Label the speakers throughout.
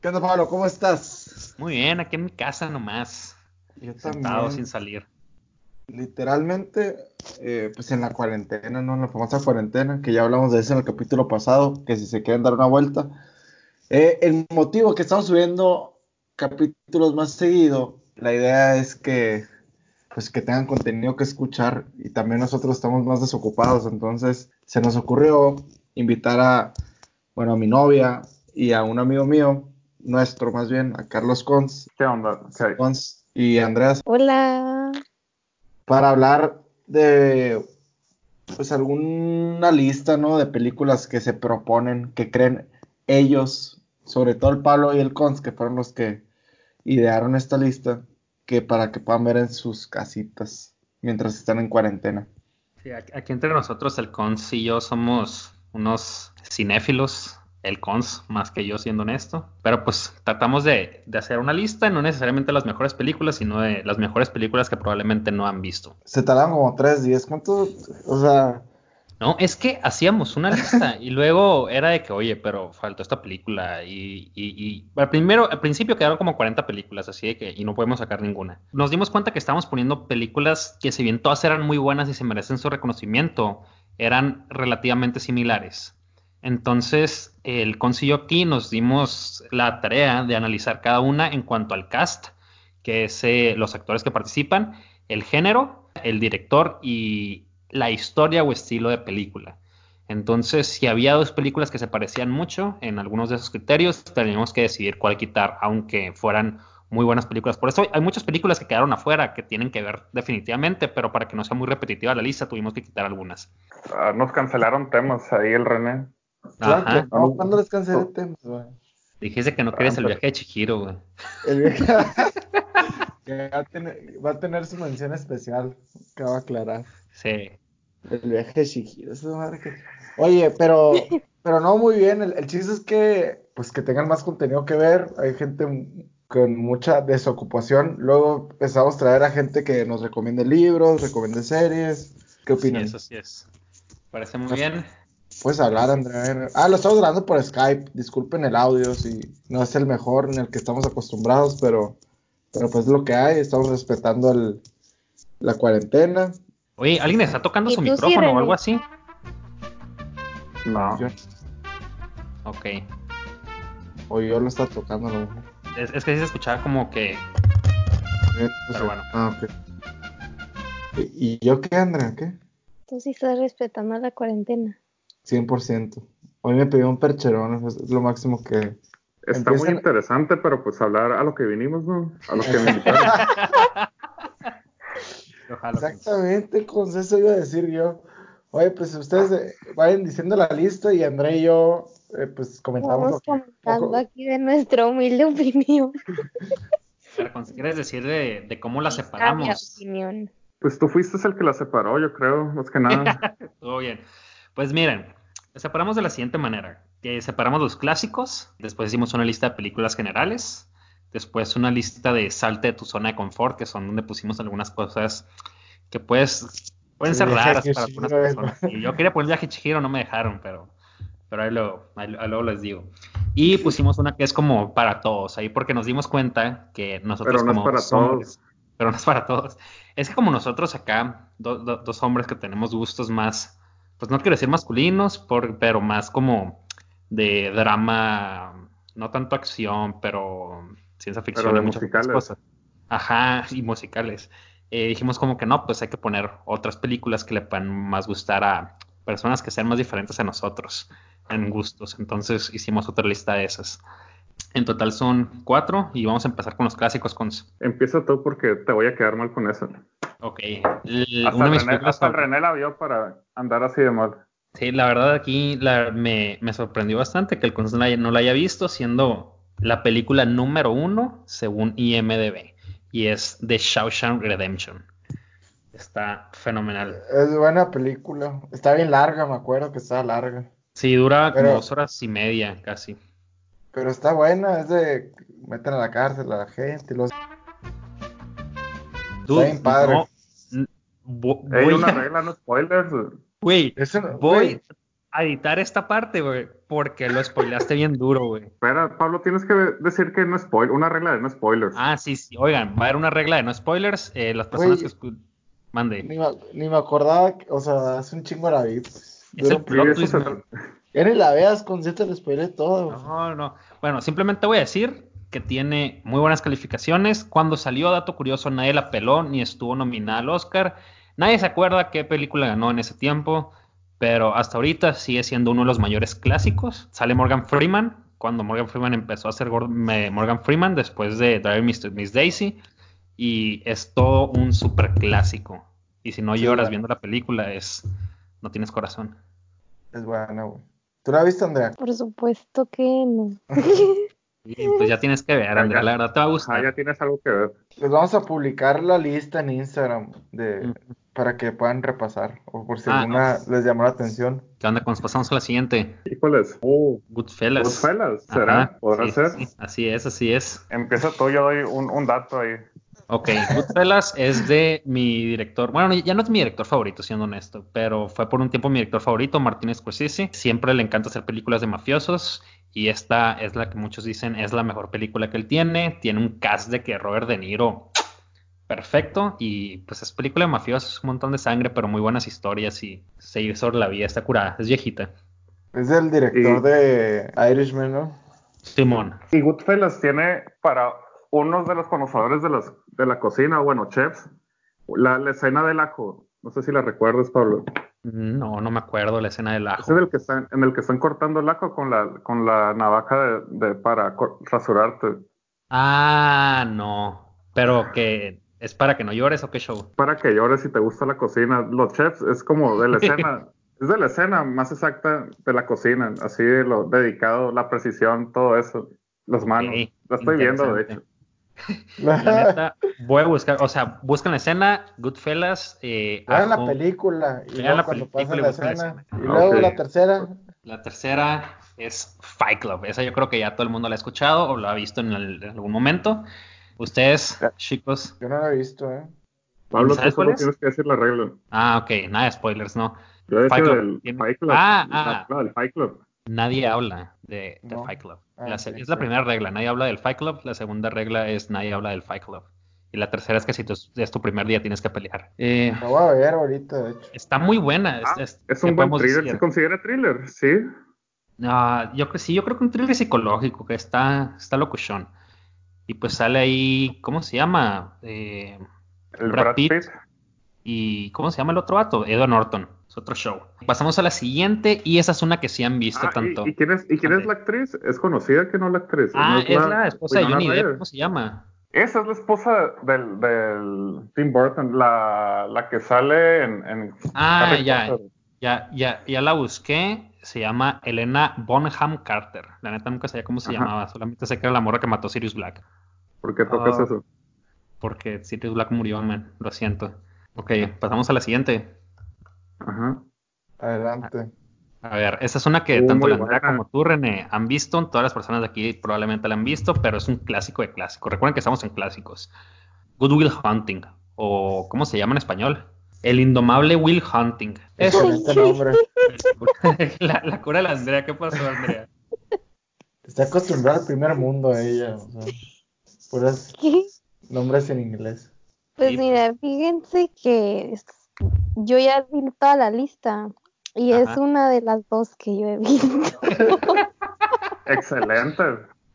Speaker 1: ¿Qué onda, Pablo? ¿Cómo estás?
Speaker 2: Muy bien, aquí en mi casa nomás.
Speaker 1: Yo
Speaker 2: Sentado sin salir.
Speaker 1: Literalmente, eh, pues en la cuarentena, ¿no? En la famosa cuarentena, que ya hablamos de eso en el capítulo pasado, que si se quieren dar una vuelta. Eh, el motivo que estamos subiendo capítulos más seguido, la idea es que pues que tengan contenido que escuchar y también nosotros estamos más desocupados, entonces se nos ocurrió invitar a, bueno, a mi novia y a un amigo mío, nuestro más bien, a Carlos Cons,
Speaker 3: ¿Qué onda? Ok.
Speaker 1: Cons y Andreas
Speaker 4: Hola.
Speaker 1: para hablar de pues alguna lista, ¿no? De películas que se proponen, que creen ellos, sobre todo el Pablo y el Cons, que fueron los que idearon esta lista, que para que puedan ver en sus casitas mientras están en cuarentena.
Speaker 2: Sí, ac- aquí entre nosotros, el Cons y yo somos unos cinéfilos. El Cons, más que yo siendo honesto. Pero pues tratamos de, de hacer una lista, no necesariamente las mejores películas, sino de las mejores películas que probablemente no han visto.
Speaker 1: Se tardan como tres días, ¿cuánto? O sea,
Speaker 2: No, es que hacíamos una lista y luego era de que, oye, pero faltó esta película y, y, y- al, primero, al principio quedaron como 40 películas, así de que, y no podemos sacar ninguna. Nos dimos cuenta que estábamos poniendo películas que si bien todas eran muy buenas y se merecen su reconocimiento, eran relativamente similares. Entonces, el Concilio aquí nos dimos la tarea de analizar cada una en cuanto al cast, que es eh, los actores que participan, el género, el director y la historia o estilo de película. Entonces, si había dos películas que se parecían mucho en algunos de esos criterios, teníamos que decidir cuál quitar, aunque fueran muy buenas películas. Por eso hay muchas películas que quedaron afuera que tienen que ver definitivamente, pero para que no sea muy repetitiva la lista, tuvimos que quitar algunas.
Speaker 3: Ah, nos cancelaron temas ahí el René.
Speaker 1: claro que
Speaker 2: Ajá.
Speaker 1: no, ¿cuándo les cancelé temas, güey?
Speaker 2: Dijiste que no querías el viaje de Chihiro, güey.
Speaker 1: El viejo- que va a, tener, va a tener su mención especial, acaba de aclarar.
Speaker 2: Sí.
Speaker 1: El viaje de Shihiro, esa madre que- Oye, pero, pero no muy bien. El, el chiste es que, pues, que tengan más contenido que ver. Hay gente m- con mucha desocupación. Luego empezamos a traer a gente que nos recomiende libros, recomiende series. ¿Qué
Speaker 2: Sí,
Speaker 1: opinan?
Speaker 2: eso sí es. Parece muy bien.
Speaker 1: Puedes hablar, Andrea. a ver. Ah, lo estamos grabando por Skype. Disculpen el audio si no es el mejor en el que estamos acostumbrados, pero, pero pues es lo que hay. Estamos respetando el- la cuarentena.
Speaker 2: Oye, ¿alguien está tocando
Speaker 4: ¿Y
Speaker 2: su
Speaker 4: tú sí,
Speaker 2: micrófono o
Speaker 4: René?
Speaker 2: algo así?
Speaker 3: No.
Speaker 1: Yo-
Speaker 2: Ok.
Speaker 1: o yo lo estaba tocando a lo mejor.
Speaker 2: Es, es que sí se escuchaba como que
Speaker 1: Bien, pues,
Speaker 2: Pero bueno.
Speaker 1: Ah, ok. ¿Y, y yo qué, Andrea? ¿Qué?
Speaker 4: Tú sí estás respetando la cuarentena.
Speaker 1: 100%. Hoy me pidió un percherón, eso es lo máximo que...
Speaker 3: Está
Speaker 1: Empiezan-
Speaker 3: muy interesante, pero pues hablar a lo que vinimos, ¿no? A lo que me invitaron.
Speaker 2: Ojalá.
Speaker 1: Exactamente, con eso iba a decir yo. Oye, pues ustedes eh, vayan diciendo la lista y Andrea y yo, eh, pues comentamos
Speaker 4: Estamos
Speaker 1: lo que-
Speaker 4: comentando
Speaker 1: poco-
Speaker 4: aquí de nuestra humilde opinión.
Speaker 2: Pero, ¿cons- ¿Quieres decir de, de cómo la
Speaker 4: Sabia
Speaker 2: separamos?
Speaker 4: opinión.
Speaker 3: Pues tú fuiste el que la separó, yo creo, más que nada.
Speaker 2: Todo bien. Pues miren, la separamos de la siguiente manera. Que separamos los clásicos, después hicimos una lista de películas generales, después una lista de salte de tu zona de confort, que son donde pusimos algunas cosas que pues pueden
Speaker 1: El
Speaker 2: ser
Speaker 1: viaje de
Speaker 2: raras para algunas
Speaker 1: Chihiro,
Speaker 2: personas. Y yo quería poner el viaje de Chihiro, no me dejaron, pero, pero ahí, luego, ahí luego- ahí luego les digo. Y pusimos una que es como para todos, ahí porque nos dimos cuenta que nosotros
Speaker 3: Pero no es
Speaker 2: como
Speaker 3: para
Speaker 2: hombres- pero no es para todos. Es que como nosotros acá, do- do- dos hombres que tenemos gustos más, pues no quiero decir masculinos, por, pero más como de drama, no tanto acción, pero ciencia ficción
Speaker 3: de
Speaker 2: y muchas otras
Speaker 3: musicales.
Speaker 2: cosas. Ajá, y musicales. Eh, dijimos como que no, pues hay que poner otras películas que le puedan más gustar a personas que sean más diferentes a nosotros en gustos. Entonces hicimos otra lista de esas. En total son cuatro y vamos a empezar con los clásicos con...
Speaker 3: Empieza tú porque te voy a quedar mal con eso.
Speaker 2: Ok. L-
Speaker 3: Hasta,
Speaker 2: una de mis
Speaker 3: René,
Speaker 2: películas
Speaker 3: hasta el
Speaker 2: favoritas.
Speaker 3: René la vio para andar así de mal.
Speaker 2: Sí, la verdad aquí la- me, me sorprendió bastante que el Constantine no la- no la haya visto, siendo la película número uno según IMDb. Y es The Shawshank Redemption. Está fenomenal.
Speaker 1: Es buena película. Está bien larga, me acuerdo que estaba larga.
Speaker 2: Sí, dura como
Speaker 1: Pero-
Speaker 2: dos horas y media casi.
Speaker 1: Pero está buena, es de... Meten a la cárcel a la gente y los...
Speaker 2: Dude,
Speaker 1: bien padre.
Speaker 2: no- n- vo-
Speaker 3: Hay
Speaker 2: voy
Speaker 3: una
Speaker 2: a-
Speaker 3: regla, no spoilers.
Speaker 2: güey,
Speaker 1: Eso no-
Speaker 2: voy-
Speaker 1: güey,
Speaker 2: a editar esta parte, güey, porque lo spoilaste bien duro, güey.
Speaker 3: Espera, Pablo, tienes que decir que no spoil, una regla de no spoilers.
Speaker 2: Ah, sí, sí. Oigan, va a haber una regla de no spoilers. eh, las personas
Speaker 1: Güey.
Speaker 2: que escu- mande.
Speaker 1: Ni me, ni me acordaba, que- o sea, hace un chingo la vi. pues.
Speaker 2: Es el
Speaker 1: Yo
Speaker 2: plot
Speaker 3: eso
Speaker 2: twist,
Speaker 3: se
Speaker 2: güey.
Speaker 3: trata.
Speaker 1: Ya ni la veas, con siete les spoilé todo.
Speaker 2: No, no. Bueno, simplemente voy a decir que tiene muy buenas calificaciones. Cuando salió, dato curioso, nadie la peló ni estuvo nominada al Oscar. Nadie se acuerda qué película ganó en ese tiempo, pero hasta ahorita sigue siendo uno de los mayores clásicos. Sale Morgan Freeman, cuando Morgan Freeman empezó a ser Gord- me- Morgan Freeman después de Drive Mr. Miss Daisy, y es todo un super clásico. Y si no
Speaker 1: Sí,
Speaker 2: lloras
Speaker 1: claro.
Speaker 2: viendo la película, es no tienes corazón.
Speaker 1: Es buena, güey. ¿Tú la viste, Andrea?
Speaker 4: Por supuesto que no.
Speaker 2: Y pues ya tienes que ver, Andrea, la verdad te va a
Speaker 3: Ajá,
Speaker 2: gustar.
Speaker 3: Ah, ya tienes algo que ver.
Speaker 1: Les vamos a publicar la lista en Instagram de,
Speaker 2: Ujú.
Speaker 1: para que puedan repasar. O por si
Speaker 2: Ah,
Speaker 1: alguna les llamó la atención.
Speaker 2: ¿Qué onda? Pues pasamos a la siguiente.
Speaker 3: Híjoles. Uh,
Speaker 2: Goodfellas.
Speaker 3: Goodfellas,
Speaker 2: Ajá,
Speaker 3: ¿será? ¿Podrá
Speaker 2: sí,
Speaker 3: ser?
Speaker 2: sí, así es, así es.
Speaker 3: Empieza tú, yo doy un, un dato ahí.
Speaker 2: Ok, Goodfellas es de mi director. Bueno, ya no es mi director favorito, siendo honesto, pero fue por un tiempo mi director favorito, Martin Scorsese. Siempre le encanta hacer películas de mafiosos y esta es la que muchos dicen es la mejor película que él tiene. Tiene un cast de que Robert De Niro, perfecto. Y pues es película de mafiosos, un montón de sangre, pero muy buenas historias y seguir sobre la vida. Está curada, es viejita.
Speaker 1: Es del director
Speaker 3: Y-
Speaker 1: de Irishman, ¿no?
Speaker 2: Simón.
Speaker 3: Y Goodfellas tiene para unos de los conocedores de, las, de la cocina, bueno, chefs, la, la escena del ajo. No sé si la recuerdas, Pablo.
Speaker 2: No, no me acuerdo la escena del
Speaker 3: Ese es
Speaker 2: ajo.
Speaker 3: el que están, en el que están cortando el ajo con la, con la navaja de, de- para co- rasurarte.
Speaker 2: Ah, no. Pero que es para que no llores o qué show.
Speaker 3: Para que llores si te gusta la cocina. Los chefs es como de la escena. Es de la escena más exacta de la cocina, así de lo dedicado, la precisión, todo eso, las manos.
Speaker 2: Ok,
Speaker 3: la estoy viendo, de hecho.
Speaker 2: interesante. La neta, voy a buscar, o sea, busquen la escena, Goodfellas, eh,
Speaker 1: Vean la
Speaker 2: ajo.
Speaker 1: película y
Speaker 2: Vean
Speaker 1: luego
Speaker 2: la
Speaker 1: cuando pasan
Speaker 2: película y
Speaker 1: la
Speaker 2: busquen la
Speaker 1: escena. Y
Speaker 2: escena.
Speaker 3: Ah,
Speaker 1: luego
Speaker 3: ok.
Speaker 1: la tercera.
Speaker 2: La tercera es Fight Club. Esa yo creo que ya todo el mundo la ha escuchado o la ha visto en, el- en algún momento. Ustedes,
Speaker 3: Ya.
Speaker 2: chicos.
Speaker 1: Yo no la he visto, ¿eh?
Speaker 3: Pablo, tú
Speaker 2: ¿Sabes cuál
Speaker 3: solo
Speaker 2: es?
Speaker 3: tienes que decir la regla.
Speaker 2: Ah, ok, nada de spoilers, no.
Speaker 3: Yo decía
Speaker 2: Fight Club.
Speaker 3: del
Speaker 2: Tiene-
Speaker 3: Fight Club.
Speaker 2: Ah,
Speaker 3: la-
Speaker 2: ah.
Speaker 3: la del Fight Club.
Speaker 2: Nadie habla de, de
Speaker 1: No.
Speaker 2: Fight Club.
Speaker 1: Ah,
Speaker 2: La
Speaker 1: ok,
Speaker 2: se- es la
Speaker 1: ok.
Speaker 2: primera regla, nadie habla del Fight Club. La segunda regla es nadie habla del Fight Club. Y la tercera es que si tú- es tu primer día tienes que pelear. Eh,
Speaker 1: La voy a ver ahorita, de hecho.
Speaker 2: está muy buena.
Speaker 3: Ah,
Speaker 2: es, es-
Speaker 3: Es
Speaker 2: ¿qué
Speaker 3: un buen
Speaker 2: podemos
Speaker 3: thriller,
Speaker 2: decir?
Speaker 3: se considera thriller, sí.
Speaker 2: Ah, yo creo sí, yo creo que un thriller psicológico que está, está locuchón. Y pues sale ahí, ¿cómo se llama? Eh,
Speaker 3: El
Speaker 2: Brad
Speaker 3: Brad Pitt.
Speaker 2: Pitt. y ¿cómo se llama el otro vato? Edward Norton. Es otro show. Pasamos a la siguiente y esa es una que sí han visto
Speaker 3: Ah,
Speaker 2: tanto.
Speaker 3: ¿y, y quién es, y quién es
Speaker 2: Ándale.
Speaker 3: la actriz? ¿Es conocida que no la actriz? ¿No
Speaker 2: ah, es la, esposa de
Speaker 3: Winona
Speaker 2: Johnny Depp,
Speaker 3: Ryder?
Speaker 2: ¿cómo se llama?
Speaker 3: Esa es la esposa del, del Tim Burton, la, la que sale en, en
Speaker 2: Ah, ya,
Speaker 3: Potter.
Speaker 2: Ya, ya, ya la busqué. Se llama Elena Bonham Carter. La neta nunca sabía cómo se
Speaker 3: Ajá.
Speaker 2: llamaba. Solamente sé que era la morra que mató a Sirius Black.
Speaker 3: ¿Por qué tocas
Speaker 2: Ah.
Speaker 3: eso?
Speaker 2: Porque Sirius Black murió, man. Lo siento. Ok, pasamos a la siguiente.
Speaker 3: Ajá.
Speaker 1: Adelante.
Speaker 2: A ver, esta es una que
Speaker 3: Uh,
Speaker 2: tanto
Speaker 3: muy
Speaker 2: la Andrea
Speaker 3: buena.
Speaker 2: como tú, René, han visto. Todas las personas de aquí probablemente la han visto, pero es un clásico de clásicos. Recuerden que estamos en clásicos. Good Will Hunting, o ¿cómo se llama en español? El indomable Will Hunting. Es
Speaker 1: Excelente este nombre.
Speaker 2: la, la cura de la Andrea. ¿Qué pasó, Andrea?
Speaker 1: Está acostumbrada al primer mundo ella. O sea, puros
Speaker 4: ¿Qué?
Speaker 1: nombres en inglés.
Speaker 4: Pues
Speaker 2: Sí, pues.
Speaker 4: mira, fíjense que es- yo ya vi toda la lista y es
Speaker 2: Ajá.
Speaker 4: una de las dos que yo he visto.
Speaker 3: Excelente.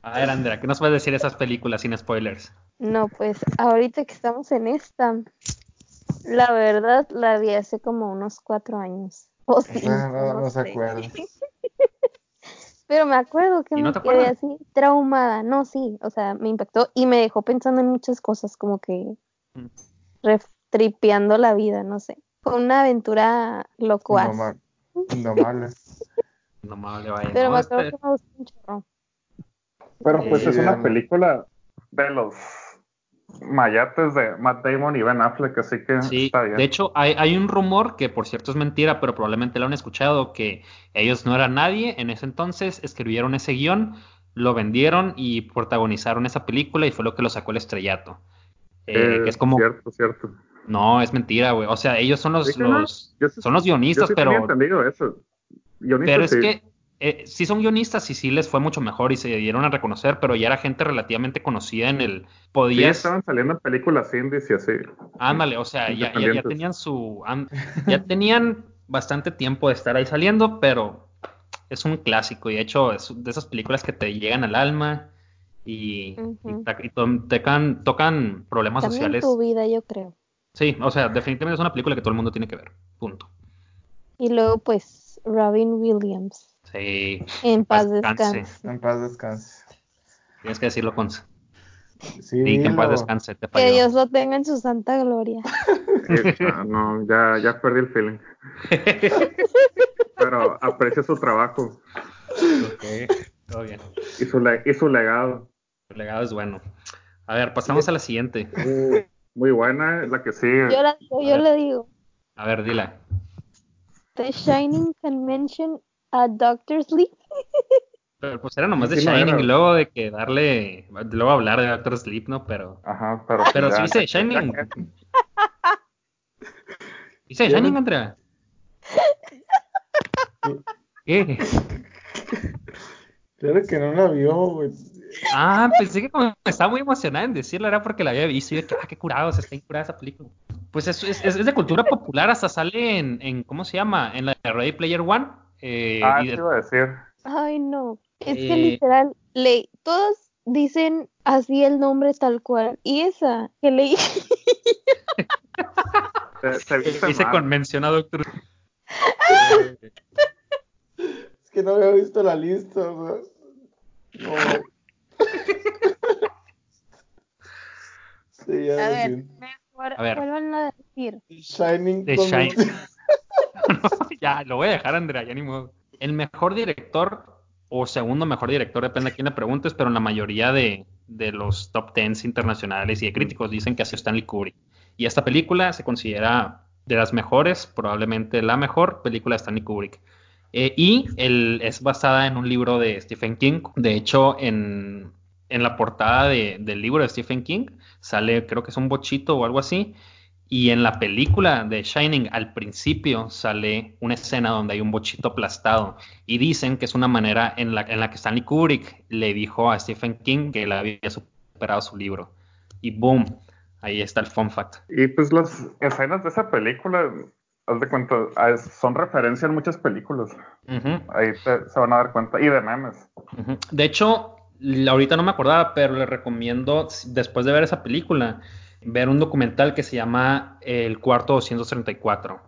Speaker 2: A ver, Andrea, ¿qué nos puedes decir de esas películas sin spoilers?
Speaker 4: No, pues ahorita que estamos en esta, la verdad la vi hace como unos cuatro años. O cinco,
Speaker 1: Ah, no,
Speaker 4: no
Speaker 1: no se
Speaker 4: sé.
Speaker 1: acuerda.
Speaker 4: Pero me acuerdo que
Speaker 2: ¿Y no
Speaker 4: me
Speaker 2: te
Speaker 4: quedé
Speaker 2: acuerdas?
Speaker 4: así traumada. No, sí, o sea, me impactó y me dejó pensando en muchas cosas, como que
Speaker 2: Mm.
Speaker 4: retripeando la vida, no sé. Fue una aventura locuaz.
Speaker 1: Indomable. Indomable.
Speaker 2: No me vaya.
Speaker 4: pero
Speaker 2: no,
Speaker 4: me
Speaker 2: este-
Speaker 4: acuerdo que me gustó un chorro.
Speaker 3: Pero pues
Speaker 1: Sí,
Speaker 3: es una
Speaker 1: bien.
Speaker 3: película de los mayates de Matt Damon y Ben Affleck, así que
Speaker 2: Sí,
Speaker 3: Ah, está bien.
Speaker 2: de hecho hay, hay un rumor que por cierto es mentira, pero probablemente lo han escuchado, que ellos no eran nadie en ese entonces, escribieron ese guión, lo vendieron y protagonizaron esa película y fue lo que lo sacó el estrellato. Eh,
Speaker 3: Eh,
Speaker 2: que es como,
Speaker 3: Cierto, cierto.
Speaker 2: no, es mentira, güey. O sea, ellos son los,
Speaker 3: ¿Sí que no?
Speaker 2: los-
Speaker 3: Yo sí-
Speaker 2: son los guionistas,
Speaker 3: Yo sí tenía
Speaker 2: pero
Speaker 3: entendido eso. Guionistas,
Speaker 2: Pero es
Speaker 3: sí.
Speaker 2: que eh, sí son guionistas y sí les fue mucho mejor y se dieron a reconocer, pero ya era gente relativamente conocida en el...
Speaker 3: Sí,
Speaker 2: Podías...
Speaker 3: estaban saliendo en películas indies y así.
Speaker 2: Ándale, o sea, ya, ya- ya
Speaker 3: Independientes.
Speaker 2: tenían su... an- Ya tenían bastante tiempo de estar ahí saliendo, pero es un clásico y de hecho es de esas películas que te llegan al alma y, y
Speaker 4: Ujú.
Speaker 2: ta- y to- tocan, tocan problemas
Speaker 4: También
Speaker 2: sociales.
Speaker 4: tu vida, yo creo.
Speaker 2: Sí, o sea, definitivamente es una película que todo el mundo tiene que ver. Punto.
Speaker 4: Y luego, pues, Robin Williams.
Speaker 2: Sí,
Speaker 4: En paz
Speaker 2: Descanse.
Speaker 4: descanse.
Speaker 1: En paz descanse.
Speaker 2: tienes que decirlo, Conce.
Speaker 1: Sí,
Speaker 2: Y que en paz
Speaker 1: lo-
Speaker 2: descanse, te
Speaker 4: Que
Speaker 2: falló.
Speaker 4: Dios lo tenga en su santa gloria.
Speaker 3: Sí, no, ah, no, ya, ya perdí el feeling. Pero aprecio su trabajo
Speaker 2: Ok, todo bien.
Speaker 3: y su, le- y su legado.
Speaker 2: El legado es bueno. A ver, pasamos a la siguiente.
Speaker 3: Muy- Muy buena la que sigue.
Speaker 4: Yo, la- yo
Speaker 2: ver.
Speaker 4: le digo,
Speaker 2: A ver, dila.
Speaker 4: The Shining Convention at Doctor Sleep.
Speaker 2: Pero pues era nomás de
Speaker 3: Sí, no
Speaker 2: Shining
Speaker 3: era.
Speaker 2: y luego de que darle, luego hablar de Doctor Sleep, ¿no? Pero,
Speaker 3: Ajá, pero.
Speaker 2: pero sí
Speaker 3: ya-
Speaker 2: dice Shining. Dice
Speaker 3: Ya no-
Speaker 2: Shining, Andrea. ¿Qué?
Speaker 1: Claro que no la vio, güey.
Speaker 2: Ah, pensé que como estaba muy emocionada en decirlo, era porque la había visto y de que, ah, qué curado, se está incurada esa película. Pues es, es, es de cultura popular, hasta sale en, en, ¿cómo se llama? En la de Ready Player One. eh,
Speaker 3: Ah,
Speaker 2: y
Speaker 3: te
Speaker 2: de-
Speaker 3: iba a decir.
Speaker 4: Ay, no. Es que
Speaker 2: Eh.
Speaker 4: literal, le, todos dicen así el nombre tal cual. Y esa que leí,
Speaker 3: Se, se viste
Speaker 2: y se
Speaker 3: mal.
Speaker 2: convenciona a Doctor.
Speaker 1: Es que no había visto la lista, o sea. No. sí, ya
Speaker 4: A ver.
Speaker 1: decir.
Speaker 4: vuel-
Speaker 2: A ver.
Speaker 4: vuelvan a decir.
Speaker 1: Shining.
Speaker 2: The
Speaker 1: con-
Speaker 2: Shining. ya, lo voy a dejar, Andrea, ya ni modo. El mejor director o segundo mejor director, depende a quién le preguntes, pero en la mayoría de, de los top tens internacionales y de críticos dicen que ha sido Stanley Kubrick. Y esta película se considera de las mejores, probablemente la mejor película de Stanley Kubrick. Eh, y el- es basada en un libro de Stephen King. De hecho, en, en la portada de- del libro de Stephen King sale, creo que es un bochito o algo así. Y en la película de Shining, al principio sale una escena donde hay un bochito aplastado. Y dicen que es una manera en la, en la que Stanley Kubrick le dijo a Stephen King que le había superado su libro. Y boom, ahí está el fun fact.
Speaker 3: Y pues las escenas de esa película, haz de cuenta, ah, son referencia en muchas películas.
Speaker 2: Ujú.
Speaker 3: Ahí te- se van a dar cuenta. Y de memes.
Speaker 2: Ujú. De hecho, la- ahorita no me acordaba, pero le recomiendo, s- después de ver esa película, ver un documental que se llama El Cuarto 234,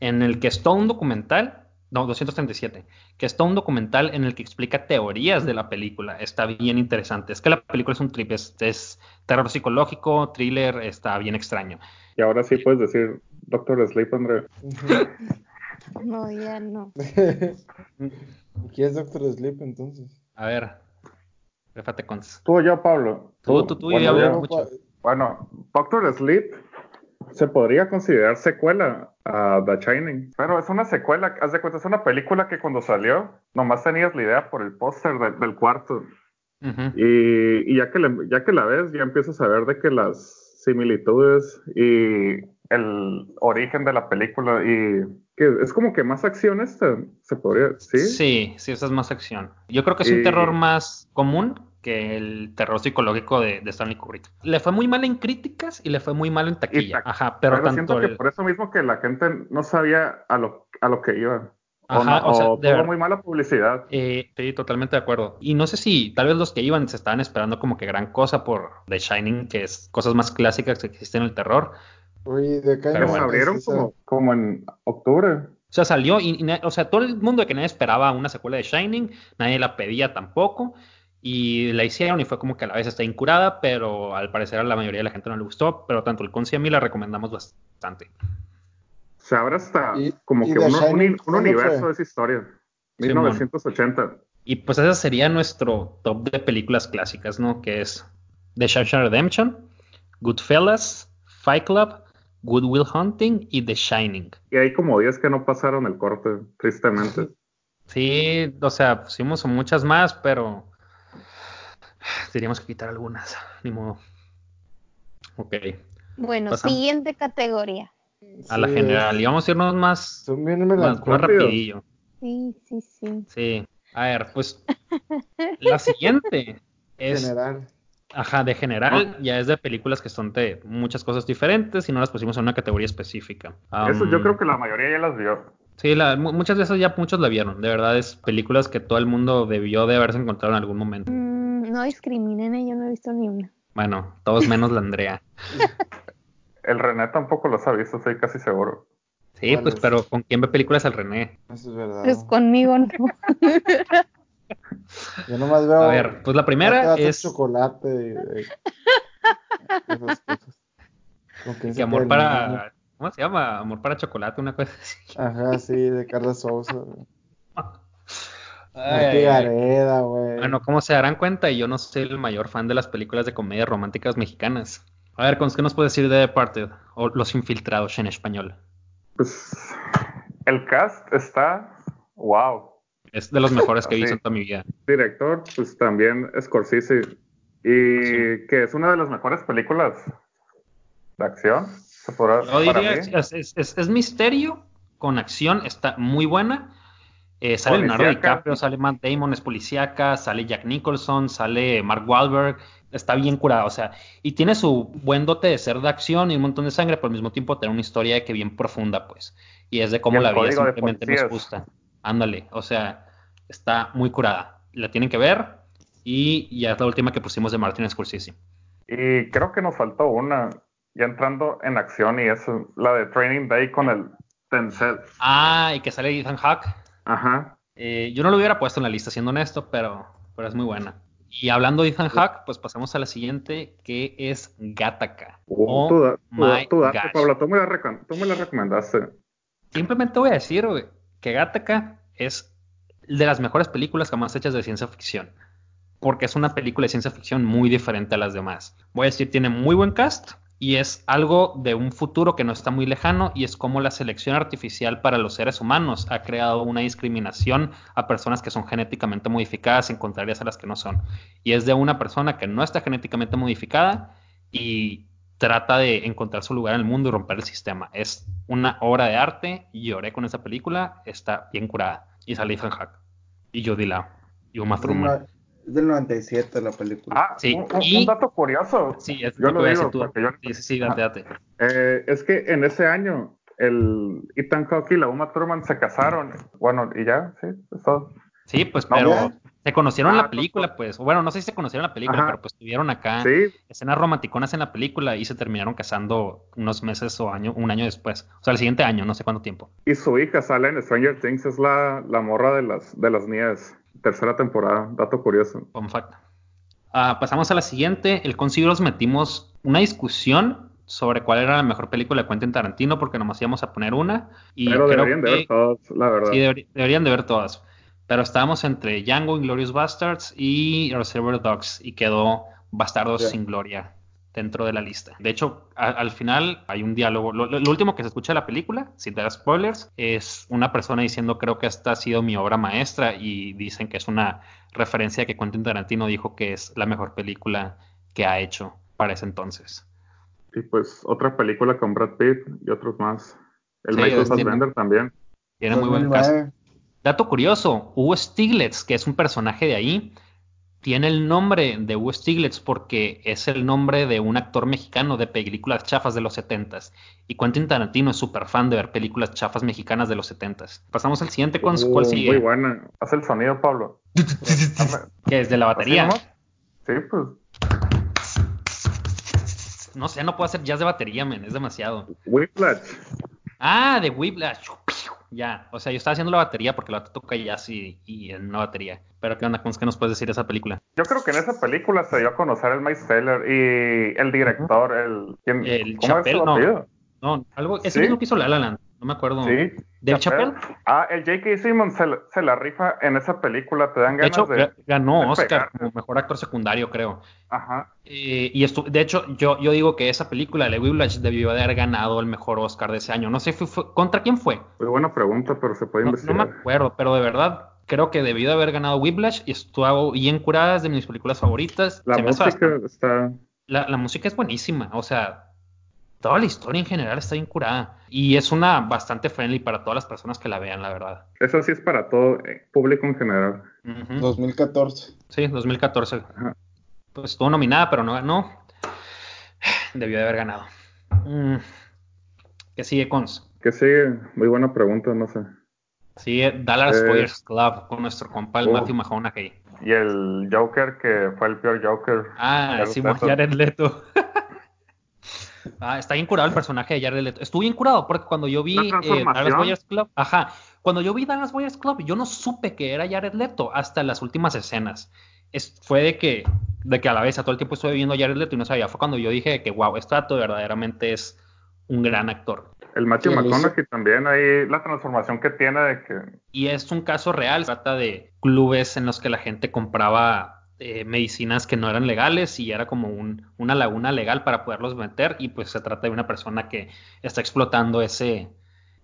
Speaker 2: en el que está un documental, no, 237, que está un documental en el que explica teorías de la película. Está bien interesante. Es que la película es un trip, es, es terror psicológico, thriller, está bien extraño.
Speaker 3: Y ahora sí puedes decir, Doctor Sleep, André.
Speaker 4: No, ya no.
Speaker 1: ¿Quién es Doctor Sleep entonces?
Speaker 2: A ver, réfate con...
Speaker 3: Tú o yo, Pablo.
Speaker 2: Tú, tú, tú, y
Speaker 3: Bueno,
Speaker 2: hablar
Speaker 3: yo-
Speaker 2: mucho.
Speaker 3: Bueno, Doctor Sleep se podría considerar secuela a The Shining. Pero es una secuela, haz de cuenta, es una película que cuando salió, nomás tenías la idea por el póster del- del cuarto.
Speaker 2: Ujú.
Speaker 3: Y, y ya, que le- ya que la ves, ya empiezas a ver de que las similitudes y el origen de la película y que es como que más acción esta, se podría, ¿sí? Eh,
Speaker 2: Sí, sí, esa es más acción. Yo creo que es un
Speaker 3: Y-
Speaker 2: terror más común que el terror psicológico de, de Stanley Kubrick. Le fue muy mal en críticas y le fue muy mal en
Speaker 3: Y
Speaker 2: taquilla.
Speaker 3: ta-
Speaker 2: Ajá, pero,
Speaker 3: siento
Speaker 2: tanto
Speaker 3: que
Speaker 2: el...
Speaker 3: por eso mismo que la gente no sabía a lo, a lo que iba. o,
Speaker 2: Ajá,
Speaker 3: no-
Speaker 2: o sea,
Speaker 3: o
Speaker 2: de
Speaker 3: tuvo
Speaker 2: verdad.
Speaker 3: muy mala publicidad.
Speaker 2: Eh, sí, totalmente de acuerdo. Y no sé si tal vez los que iban se estaban esperando como que gran cosa por The Shining, que es cosas más clásicas que existen en el terror.
Speaker 1: Oye, de acá
Speaker 2: Pero
Speaker 3: Pero
Speaker 1: no,
Speaker 2: bueno,
Speaker 3: abrieron
Speaker 1: es esa-
Speaker 3: como, como en octubre.
Speaker 2: O sea, salió y, y na- o sea, todo el mundo de que nadie esperaba una secuela de Shining, nadie la pedía tampoco y la hicieron y fue como que a la vez está incurada, pero al parecer a la mayoría de la gente no le gustó, pero tanto el Conci a mí la recomendamos bastante.
Speaker 3: Se abre hasta
Speaker 1: Y-
Speaker 3: como
Speaker 1: y
Speaker 3: que
Speaker 1: The
Speaker 3: uno- un,
Speaker 1: Shining,
Speaker 3: un
Speaker 1: ¿cuándo
Speaker 3: universo
Speaker 1: fue?
Speaker 3: de esa historia.
Speaker 2: Simón.
Speaker 3: 1980.
Speaker 2: Y pues ese sería nuestro top de películas clásicas, ¿no? Que es The Shawshank Redemption, Goodfellas, Fight Club, Good Will Hunting y The Shining.
Speaker 3: Y hay como 10 que no pasaron el corte, tristemente.
Speaker 2: Sí, o sea, pusimos muchas más, pero teníamos que quitar algunas, ni modo. Ok,
Speaker 4: Bueno,
Speaker 2: Pasamos.
Speaker 4: siguiente categoría.
Speaker 2: a la
Speaker 1: sí,
Speaker 2: general. Y vamos a irnos más,
Speaker 1: Son bien
Speaker 2: más, más
Speaker 1: melancólicos.
Speaker 2: rapidillo.
Speaker 4: Sí, sí, sí.
Speaker 2: Sí. A ver, pues la siguiente es,
Speaker 5: general.
Speaker 2: ajá, de general, ya es de películas que son de muchas cosas diferentes y no las pusimos en una categoría específica.
Speaker 3: Eso yo
Speaker 2: Am,
Speaker 3: creo que la mayoría ya las vio.
Speaker 2: Sí, la- mu- muchas veces ya muchos la vieron. De verdad, es películas que todo el mundo debió de haberse encontrado en algún momento.
Speaker 4: Mm, no discriminen, eh, yo no he visto ni una.
Speaker 2: Bueno, todos menos la Andrea.
Speaker 3: El René tampoco las ha visto, estoy casi seguro.
Speaker 2: Sí,
Speaker 5: ¿Cuál
Speaker 2: pues,
Speaker 5: es?
Speaker 2: pero ¿con quién ve películas al René?
Speaker 5: Eso es verdad.
Speaker 4: Pues conmigo no.
Speaker 5: Yo nomás veo.
Speaker 2: A ver, pues la primera
Speaker 5: latas de
Speaker 2: es
Speaker 5: chocolate. y de- esas cosas. Con quién
Speaker 2: que
Speaker 5: se
Speaker 2: Amor
Speaker 5: pueden unir.
Speaker 2: para... ¿Cómo se llama? Amor para chocolate, una cosa así.
Speaker 5: Ajá, sí, de Carla Sousa. güey.
Speaker 2: Ay, Ah,
Speaker 5: Martí
Speaker 2: ay, ay.
Speaker 5: Gareda, güey.
Speaker 2: Bueno, como se darán cuenta, yo no soy el mayor fan de las películas de comedias románticas mexicanas. A ver, ¿con qué nos puedes decir de Departed o Los Infiltrados en español?
Speaker 3: Pues el cast está, wow.
Speaker 2: Es de los mejores que he
Speaker 3: Sí.
Speaker 2: visto en toda mi vida.
Speaker 3: Director, pues también Scorsese. Y
Speaker 2: Pues
Speaker 3: que es una de las mejores películas de acción. se podrá-
Speaker 2: Yo
Speaker 3: para
Speaker 2: diría,
Speaker 3: mí.
Speaker 2: es, es- es- es misterio con acción, está muy buena. Eh, sale Leonardo
Speaker 3: Policíaca.
Speaker 2: DiCaprio, sale Matt Damon, es policíaca, sale Jack Nicholson, sale Mark Wahlberg, está bien curada, o sea, y tiene su buen dote de ser de acción y un montón de sangre, pero al mismo tiempo tener una historia de que bien profunda, pues, y es de
Speaker 3: Y
Speaker 2: cómo
Speaker 3: el
Speaker 2: la vida
Speaker 3: código de
Speaker 2: simplemente nos
Speaker 3: policías.
Speaker 2: gusta. Ándale, o sea, está muy curada, la tienen que ver, y ya es la última que pusimos de Martin Scorsese.
Speaker 3: Y creo que nos faltó una, ya entrando en acción, y es la de Training Day con el Tencent.
Speaker 2: Ah, y que sale Ethan Hawke.
Speaker 3: Ajá.
Speaker 2: Eh, yo no lo hubiera puesto en la lista, siendo honesto, pero, pero es muy buena. Y hablando de Ethan Hawke, pues pasamos a la siguiente, que es Gattaca.
Speaker 3: Oh,
Speaker 2: Oh
Speaker 3: tú, da- tú da-
Speaker 2: my
Speaker 3: tú date,
Speaker 2: gosh.
Speaker 3: Pablo, tú me, la recom- tú me la recomendaste.
Speaker 2: Simplemente voy a decir güey, que Gattaca es de las mejores películas jamás hechas de ciencia ficción. Porque es una película de ciencia ficción muy diferente a las demás. Voy a decir, tiene muy buen cast y es algo de un futuro que no está muy lejano y es como la selección artificial para los seres humanos ha creado una discriminación a personas que son genéticamente modificadas en contrarias a las que no son. Y es de una persona que no está genéticamente modificada y trata de encontrar su lugar en el mundo y romper el sistema. Es una obra de arte. y Lloré con esa película. Está bien curada. Y sale Ethan Hawke. Y Jodie Lau. Y Uma
Speaker 1: Es del,
Speaker 2: Thurman.
Speaker 1: no- es del 97 la película.
Speaker 3: Ah,
Speaker 2: Sí,
Speaker 3: un, un-
Speaker 2: y-
Speaker 3: un dato curioso.
Speaker 2: Sí, es
Speaker 3: Yo
Speaker 2: lo que
Speaker 3: lo
Speaker 2: voy a decir
Speaker 3: digo,
Speaker 2: tú.
Speaker 3: porque yo-
Speaker 2: Sí, sí, sí, date, date.
Speaker 3: Eh, es que en ese año el Ethan Hawke y la Uma Thurman se casaron. Bueno, y ya, sí, es todo.
Speaker 2: Sí, pues,
Speaker 3: No,
Speaker 2: pero
Speaker 3: ¿verdad?
Speaker 2: se conocieron en
Speaker 3: Ah,
Speaker 2: la película, pues. O Bueno, no sé si se conocieron en la película,
Speaker 3: Ajá.
Speaker 2: pero pues tuvieron acá
Speaker 3: Sí,
Speaker 2: escenas romanticonas en la película y se terminaron casando unos meses o año, un año después. O sea, el siguiente año, no sé cuánto tiempo.
Speaker 3: y su hija sale en Stranger Things, es la, la morra de las, de las nieves. Tercera temporada, dato curioso.
Speaker 2: Fun fact. Ah, pasamos a la siguiente. El concilio nos metimos una discusión sobre cuál era la mejor película de Quentin Tarantino, porque nomás íbamos a poner una. Y
Speaker 3: Pero
Speaker 2: creo
Speaker 3: deberían de
Speaker 2: que-
Speaker 3: ver todos, la verdad.
Speaker 2: sí, deberi- deberían de ver todas. Pero estábamos entre Django, Inglorious Bastards y Reservoir Dogs, y quedó Bastardos
Speaker 5: Ya.
Speaker 2: sin Gloria dentro de la lista. De hecho, a- al final hay un diálogo. Lo, lo- lo último que se escucha de la película, sin dar spoilers, es una persona diciendo creo que esta ha sido mi obra maestra y dicen que es una referencia que Quentin Tarantino dijo que es la mejor película que ha hecho para ese entonces.
Speaker 3: Y pues otra película con Brad Pitt y otros más. El
Speaker 2: Sí,
Speaker 3: Michael
Speaker 2: es-
Speaker 3: Fassbender también.
Speaker 2: Tiene
Speaker 1: Pues
Speaker 2: muy buen caso.
Speaker 5: 2009.
Speaker 2: Dato curioso, Hugo Stiglitz, que es un personaje de ahí, tiene el nombre de Hugo Stiglitz porque es el nombre de un actor mexicano de películas chafas de los 70s. Y Quentin Tarantino es súper fan de ver películas chafas mexicanas de los 70s. Pasamos al siguiente, con
Speaker 5: Oh, muy
Speaker 2: ¿cuál sigue?
Speaker 3: Uh, Muy buena. Haz el sonido, Pablo. Hazme-
Speaker 2: Que es de la batería.
Speaker 3: ¿Así nomás? Sí, pues.
Speaker 2: No sé, no puedo hacer jazz de batería, men, es demasiado.
Speaker 3: Whiplash.
Speaker 2: Ah, de Whiplash. Ya, o sea, yo estaba haciendo la batería porque la bata toca jazz y, y en una batería. Pero ¿qué onda? ¿Cómo es que nos puedes decir de esa película?
Speaker 3: Yo creo que en esa película se dio a conocer el Maesteller y el director, el... ¿quién-
Speaker 2: El
Speaker 3: ¿Cómo es
Speaker 2: Chappelle,
Speaker 3: su
Speaker 2: no.
Speaker 3: apellido?
Speaker 2: No, algo, es
Speaker 3: Sí.
Speaker 2: el mismo que hizo La La Land, no me acuerdo.
Speaker 3: Sí.
Speaker 2: ¿Del Chapel?
Speaker 3: Ah, el J.K. Simmons se, la- se la rifa en esa película. Te dan
Speaker 2: De
Speaker 3: ganas
Speaker 2: hecho,
Speaker 3: de...
Speaker 2: ga- ganó
Speaker 3: de
Speaker 2: Oscar
Speaker 3: pegar.
Speaker 2: como mejor actor secundario, creo.
Speaker 3: Ajá.
Speaker 2: Eh, y estu- de hecho, yo, yo digo que esa película, de Whiplash, debió de haber ganado el mejor Oscar de ese año. No sé, fue- fue- ¿contra quién fue?
Speaker 3: Muy buena pregunta, pero se puede
Speaker 2: No, no
Speaker 3: investigar.
Speaker 2: me acuerdo, pero de verdad creo que debió de haber ganado Whiplash y estuvo bien curada, es de mis películas favoritas.
Speaker 3: La
Speaker 2: Se me hace
Speaker 3: música
Speaker 2: bastante-
Speaker 3: está...
Speaker 2: la, la música es buenísima, o sea, toda la historia en general está bien curada. Y es una bastante friendly para todas las personas que la vean, la verdad.
Speaker 3: Eso sí es para todo eh, público en general.
Speaker 2: Ujú.
Speaker 1: 2014.
Speaker 2: Sí, 2014. Pues estuvo nominada, pero no ganó. Debió de haber ganado. Mm. ¿Qué sigue, Cons?
Speaker 3: Que sigue? Muy buena pregunta, no sé.
Speaker 2: Sigue Dallas
Speaker 3: Eh.
Speaker 2: Boyers Club con nuestro compa el
Speaker 3: Oh.
Speaker 2: Matthew McConaughey.
Speaker 3: Y el Joker, que fue el peor Joker.
Speaker 2: Ah,
Speaker 3: Jared
Speaker 2: Simón
Speaker 3: Leto.
Speaker 2: Jared Leto. ah, está bien curado el personaje de Jared Leto. Estuvo bien curado porque cuando yo vi
Speaker 3: La
Speaker 2: eh,
Speaker 3: transformación.
Speaker 2: Dallas Boyers Club, ajá, cuando yo vi Dallas Boyers Club, yo no supe que era Jared Leto hasta las últimas escenas. Es- fue de que, de que a la vez a todo el tiempo estuve viendo a Jared Leto y no sabía. Fue cuando yo dije que wow, este dato verdaderamente es un gran actor.
Speaker 3: El Matthew
Speaker 1: Sí, lo hizo.
Speaker 3: McConaughey también, ahí la transformación que tiene de que
Speaker 2: Y es un caso real. Trata de clubes en los que la gente compraba eh, medicinas que no eran legales y era como un- una laguna legal para poderlos meter. Y pues se trata de una persona que está explotando ese,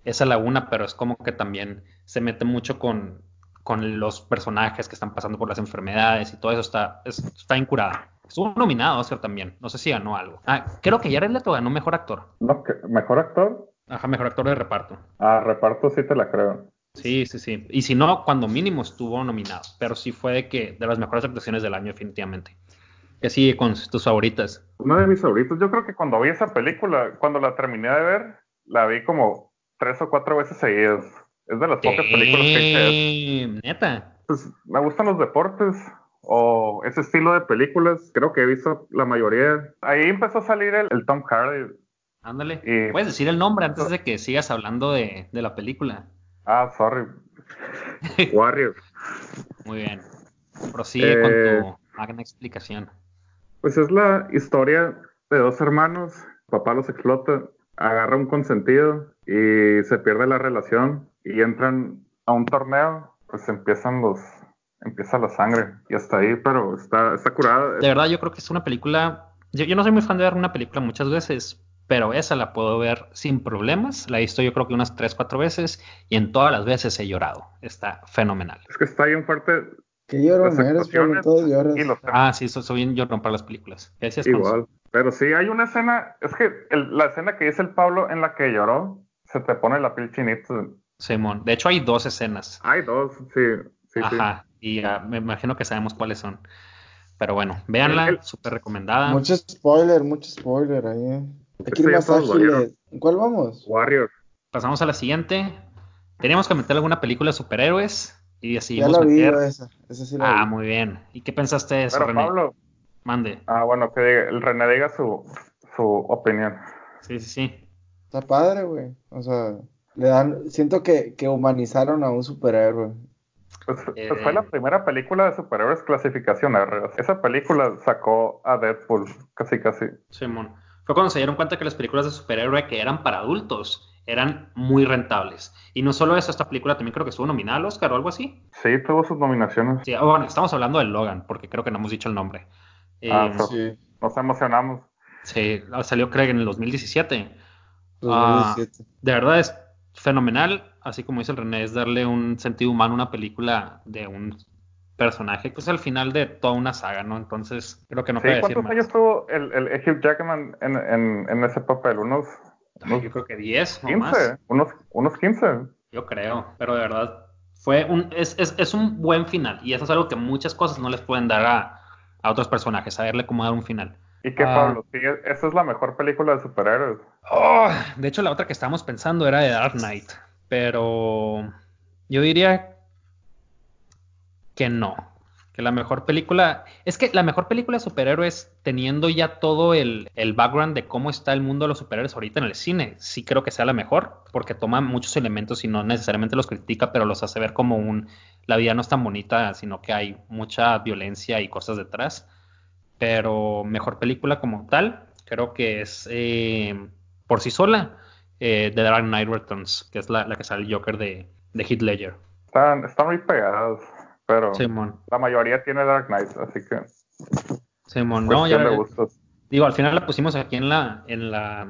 Speaker 2: esa laguna, pero es como que también se mete mucho con, con los personajes que están pasando por las enfermedades y todo eso está, es- está incurada. Estuvo nominado a Oscar también. No sé si ganó algo. Ah, creo que Jared Leto ganó mejor actor.
Speaker 3: No, que- mejor actor.
Speaker 2: Ajá, mejor actor de reparto.
Speaker 3: Ah, reparto sí te la creo.
Speaker 2: Sí, sí, sí. Y si no, cuando mínimo estuvo nominado. Pero sí fue de que de las mejores actuaciones del año, definitivamente. Que sigue con tus favoritas.
Speaker 3: Una de mis favoritos, yo creo que cuando vi esa película, cuando la terminé de ver, la vi como tres o cuatro veces seguidas. Es de las pocas películas que hice.
Speaker 2: Damn, Neta.
Speaker 3: Pues, me gustan los deportes o ese estilo de películas. Creo que he visto la mayoría. Ahí empezó a salir el, el Tom Hardy.
Speaker 2: Ándale.
Speaker 3: Eh,
Speaker 2: Puedes decir el nombre antes de que sigas hablando de, de la película.
Speaker 3: Ah, sorry. Warrior.
Speaker 2: Muy bien. Prosigue con
Speaker 3: Eh.
Speaker 2: tu magna explicación.
Speaker 3: Pues es la historia de dos hermanos, papá los explota, agarra un consentido y se pierde la relación y entran a un torneo, pues empiezan los empieza la sangre y hasta ahí, pero está está curada.
Speaker 2: De verdad, yo creo que es una película. Yo, yo no soy muy fan de ver una película muchas veces, pero esa la puedo ver sin problemas. La he visto yo creo que unas 3, 4 veces y en todas las veces he llorado. Está fenomenal.
Speaker 3: Es que está bien fuerte
Speaker 1: Que lloran,
Speaker 3: Las
Speaker 1: eres, pero
Speaker 3: actuaciones
Speaker 1: todos lloras.
Speaker 3: y los
Speaker 2: Ah, sí, so- soy bien llorón para las películas. ¿Qué decías, Gonzo?
Speaker 3: igual. Pero sí hay una escena, es que el- la escena que dice el Pablo en la que lloró, se te pone la piel chinita.
Speaker 2: Simón. De hecho, hay dos escenas.
Speaker 3: Hay dos, sí, sí, sí.
Speaker 2: Ajá. Y ah, me imagino que sabemos cuáles son. Pero bueno, véanla,
Speaker 3: El-
Speaker 2: súper recomendada.
Speaker 1: Mucho spoiler, mucho spoiler ahí. eh. Hay que ir
Speaker 3: Pues Sí,
Speaker 1: más
Speaker 3: todos lo
Speaker 1: ágiles. ¿Cuál vamos?
Speaker 3: Warrior.
Speaker 2: Pasamos a la siguiente. Teníamos que meter alguna película de superhéroes y
Speaker 1: Ya
Speaker 2: decidimos
Speaker 1: la vi
Speaker 2: meter.
Speaker 1: yo esa. Esa sí la
Speaker 2: ah,
Speaker 1: vi.
Speaker 2: muy bien. ¿Y qué pensaste de eso,
Speaker 3: Pero
Speaker 2: René?
Speaker 3: Pablo,
Speaker 2: Mande.
Speaker 3: Ah, bueno, que diga- el René diga su, su opinión.
Speaker 2: Sí, sí, sí.
Speaker 1: Está padre, güey. O sea, le dan. Siento que, que humanizaron a un superhéroe.
Speaker 3: Pues,
Speaker 2: Eh,
Speaker 3: pues fue la primera película de superhéroes clasificación R. O sea, Esa película sacó a Deadpool, casi casi.
Speaker 2: Simón. Fue cuando se dieron cuenta que las películas de superhéroe que eran para adultos eran muy rentables. Y no solo eso, esta película también creo que estuvo nominada al Oscar o algo así.
Speaker 3: Sí, tuvo sus nominaciones.
Speaker 2: Sí, ah, bueno, estamos hablando de Logan, porque creo que no hemos dicho el nombre. Eh,
Speaker 3: Ah, so-
Speaker 1: Sí.
Speaker 3: Nos emocionamos.
Speaker 2: sí, ah, salió creo que en el 2017. Ah.
Speaker 1: 2017.
Speaker 2: De verdad es fenomenal, así como dice el René, es darle un sentido humano a una película de un personaje, pues al final de toda una saga, ¿no? Entonces, creo que no
Speaker 3: sí,
Speaker 2: puede decir
Speaker 3: ¿cuántos
Speaker 2: más.
Speaker 3: años tuvo el, el Hugh Jackman en, en, en ese papel? ¿Unos,
Speaker 2: Ay, yo creo que 10 o
Speaker 3: 15?
Speaker 2: más.
Speaker 3: ¿Unos, unos 15?
Speaker 2: Yo creo, pero de verdad fue un es, es, es un buen final y eso es algo que muchas cosas no les pueden dar a, a otros personajes, saberle cómo dar un final.
Speaker 3: ¿Y qué,
Speaker 2: Ah.
Speaker 3: Pablo? Sí, esa es la mejor película de superhéroes.
Speaker 2: Oh, de hecho, la otra que estábamos pensando era de Dark Knight, pero yo diría que no. Que la mejor película. Es que la mejor película de superhéroes, teniendo ya todo el, el background de cómo está el mundo de los superhéroes ahorita en el cine, sí creo que sea la mejor, porque toma muchos elementos y no necesariamente los critica, pero los hace ver como un. La vida no es tan bonita, sino que hay mucha violencia y cosas detrás. Pero mejor película como tal, creo que es. eh, por sí sola eh, The Dark Knight Returns, que es la, la que sale el Joker de, de Heath Ledger.
Speaker 3: Están, están muy pegadas,
Speaker 1: Oh.
Speaker 3: pero
Speaker 2: Simón,
Speaker 3: la mayoría tiene Dark Knight, así que
Speaker 2: Simón.
Speaker 1: Pues
Speaker 2: No,
Speaker 3: cuestión
Speaker 2: ya,
Speaker 3: de gustos.
Speaker 2: digo, al final la pusimos aquí en la, en la,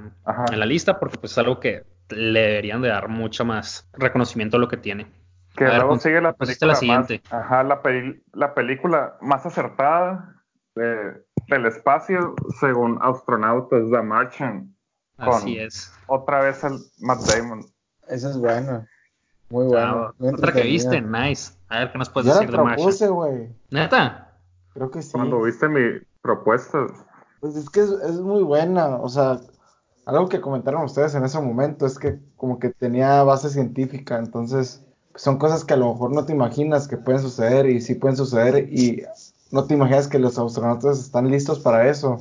Speaker 1: Ah.
Speaker 3: Ajá.
Speaker 2: en la lista porque pues es algo que le deberían de dar mucho más reconocimiento a lo que tiene.
Speaker 3: Que
Speaker 2: A ver,
Speaker 3: luego
Speaker 2: Gonz-
Speaker 3: sigue la
Speaker 2: pues,
Speaker 3: película.
Speaker 2: esta es la
Speaker 3: más-
Speaker 2: siguiente.
Speaker 3: ajá, la, peli- la película más acertada de- del espacio, según astronautas, The Martian. Con
Speaker 2: Así es.
Speaker 3: Otra vez el Matt Damon.
Speaker 1: Esa es buena. Muy
Speaker 2: Ah,
Speaker 1: buena. muy
Speaker 2: otra que
Speaker 1: entretenida.
Speaker 2: viste, nice. A ver qué nos puedes
Speaker 1: Yo
Speaker 2: decir de
Speaker 1: la
Speaker 2: Marshall.
Speaker 1: propuse, güey.
Speaker 2: Neta.
Speaker 1: Creo que sí.
Speaker 3: Cuando viste mi propuesta,
Speaker 1: Pues es que es, es muy buena, o sea, algo que comentaron ustedes en ese momento es que como que tenía base científica, entonces pues son cosas que a lo mejor no te imaginas que pueden suceder y sí pueden suceder y no te imaginas que los astronautas están listos para eso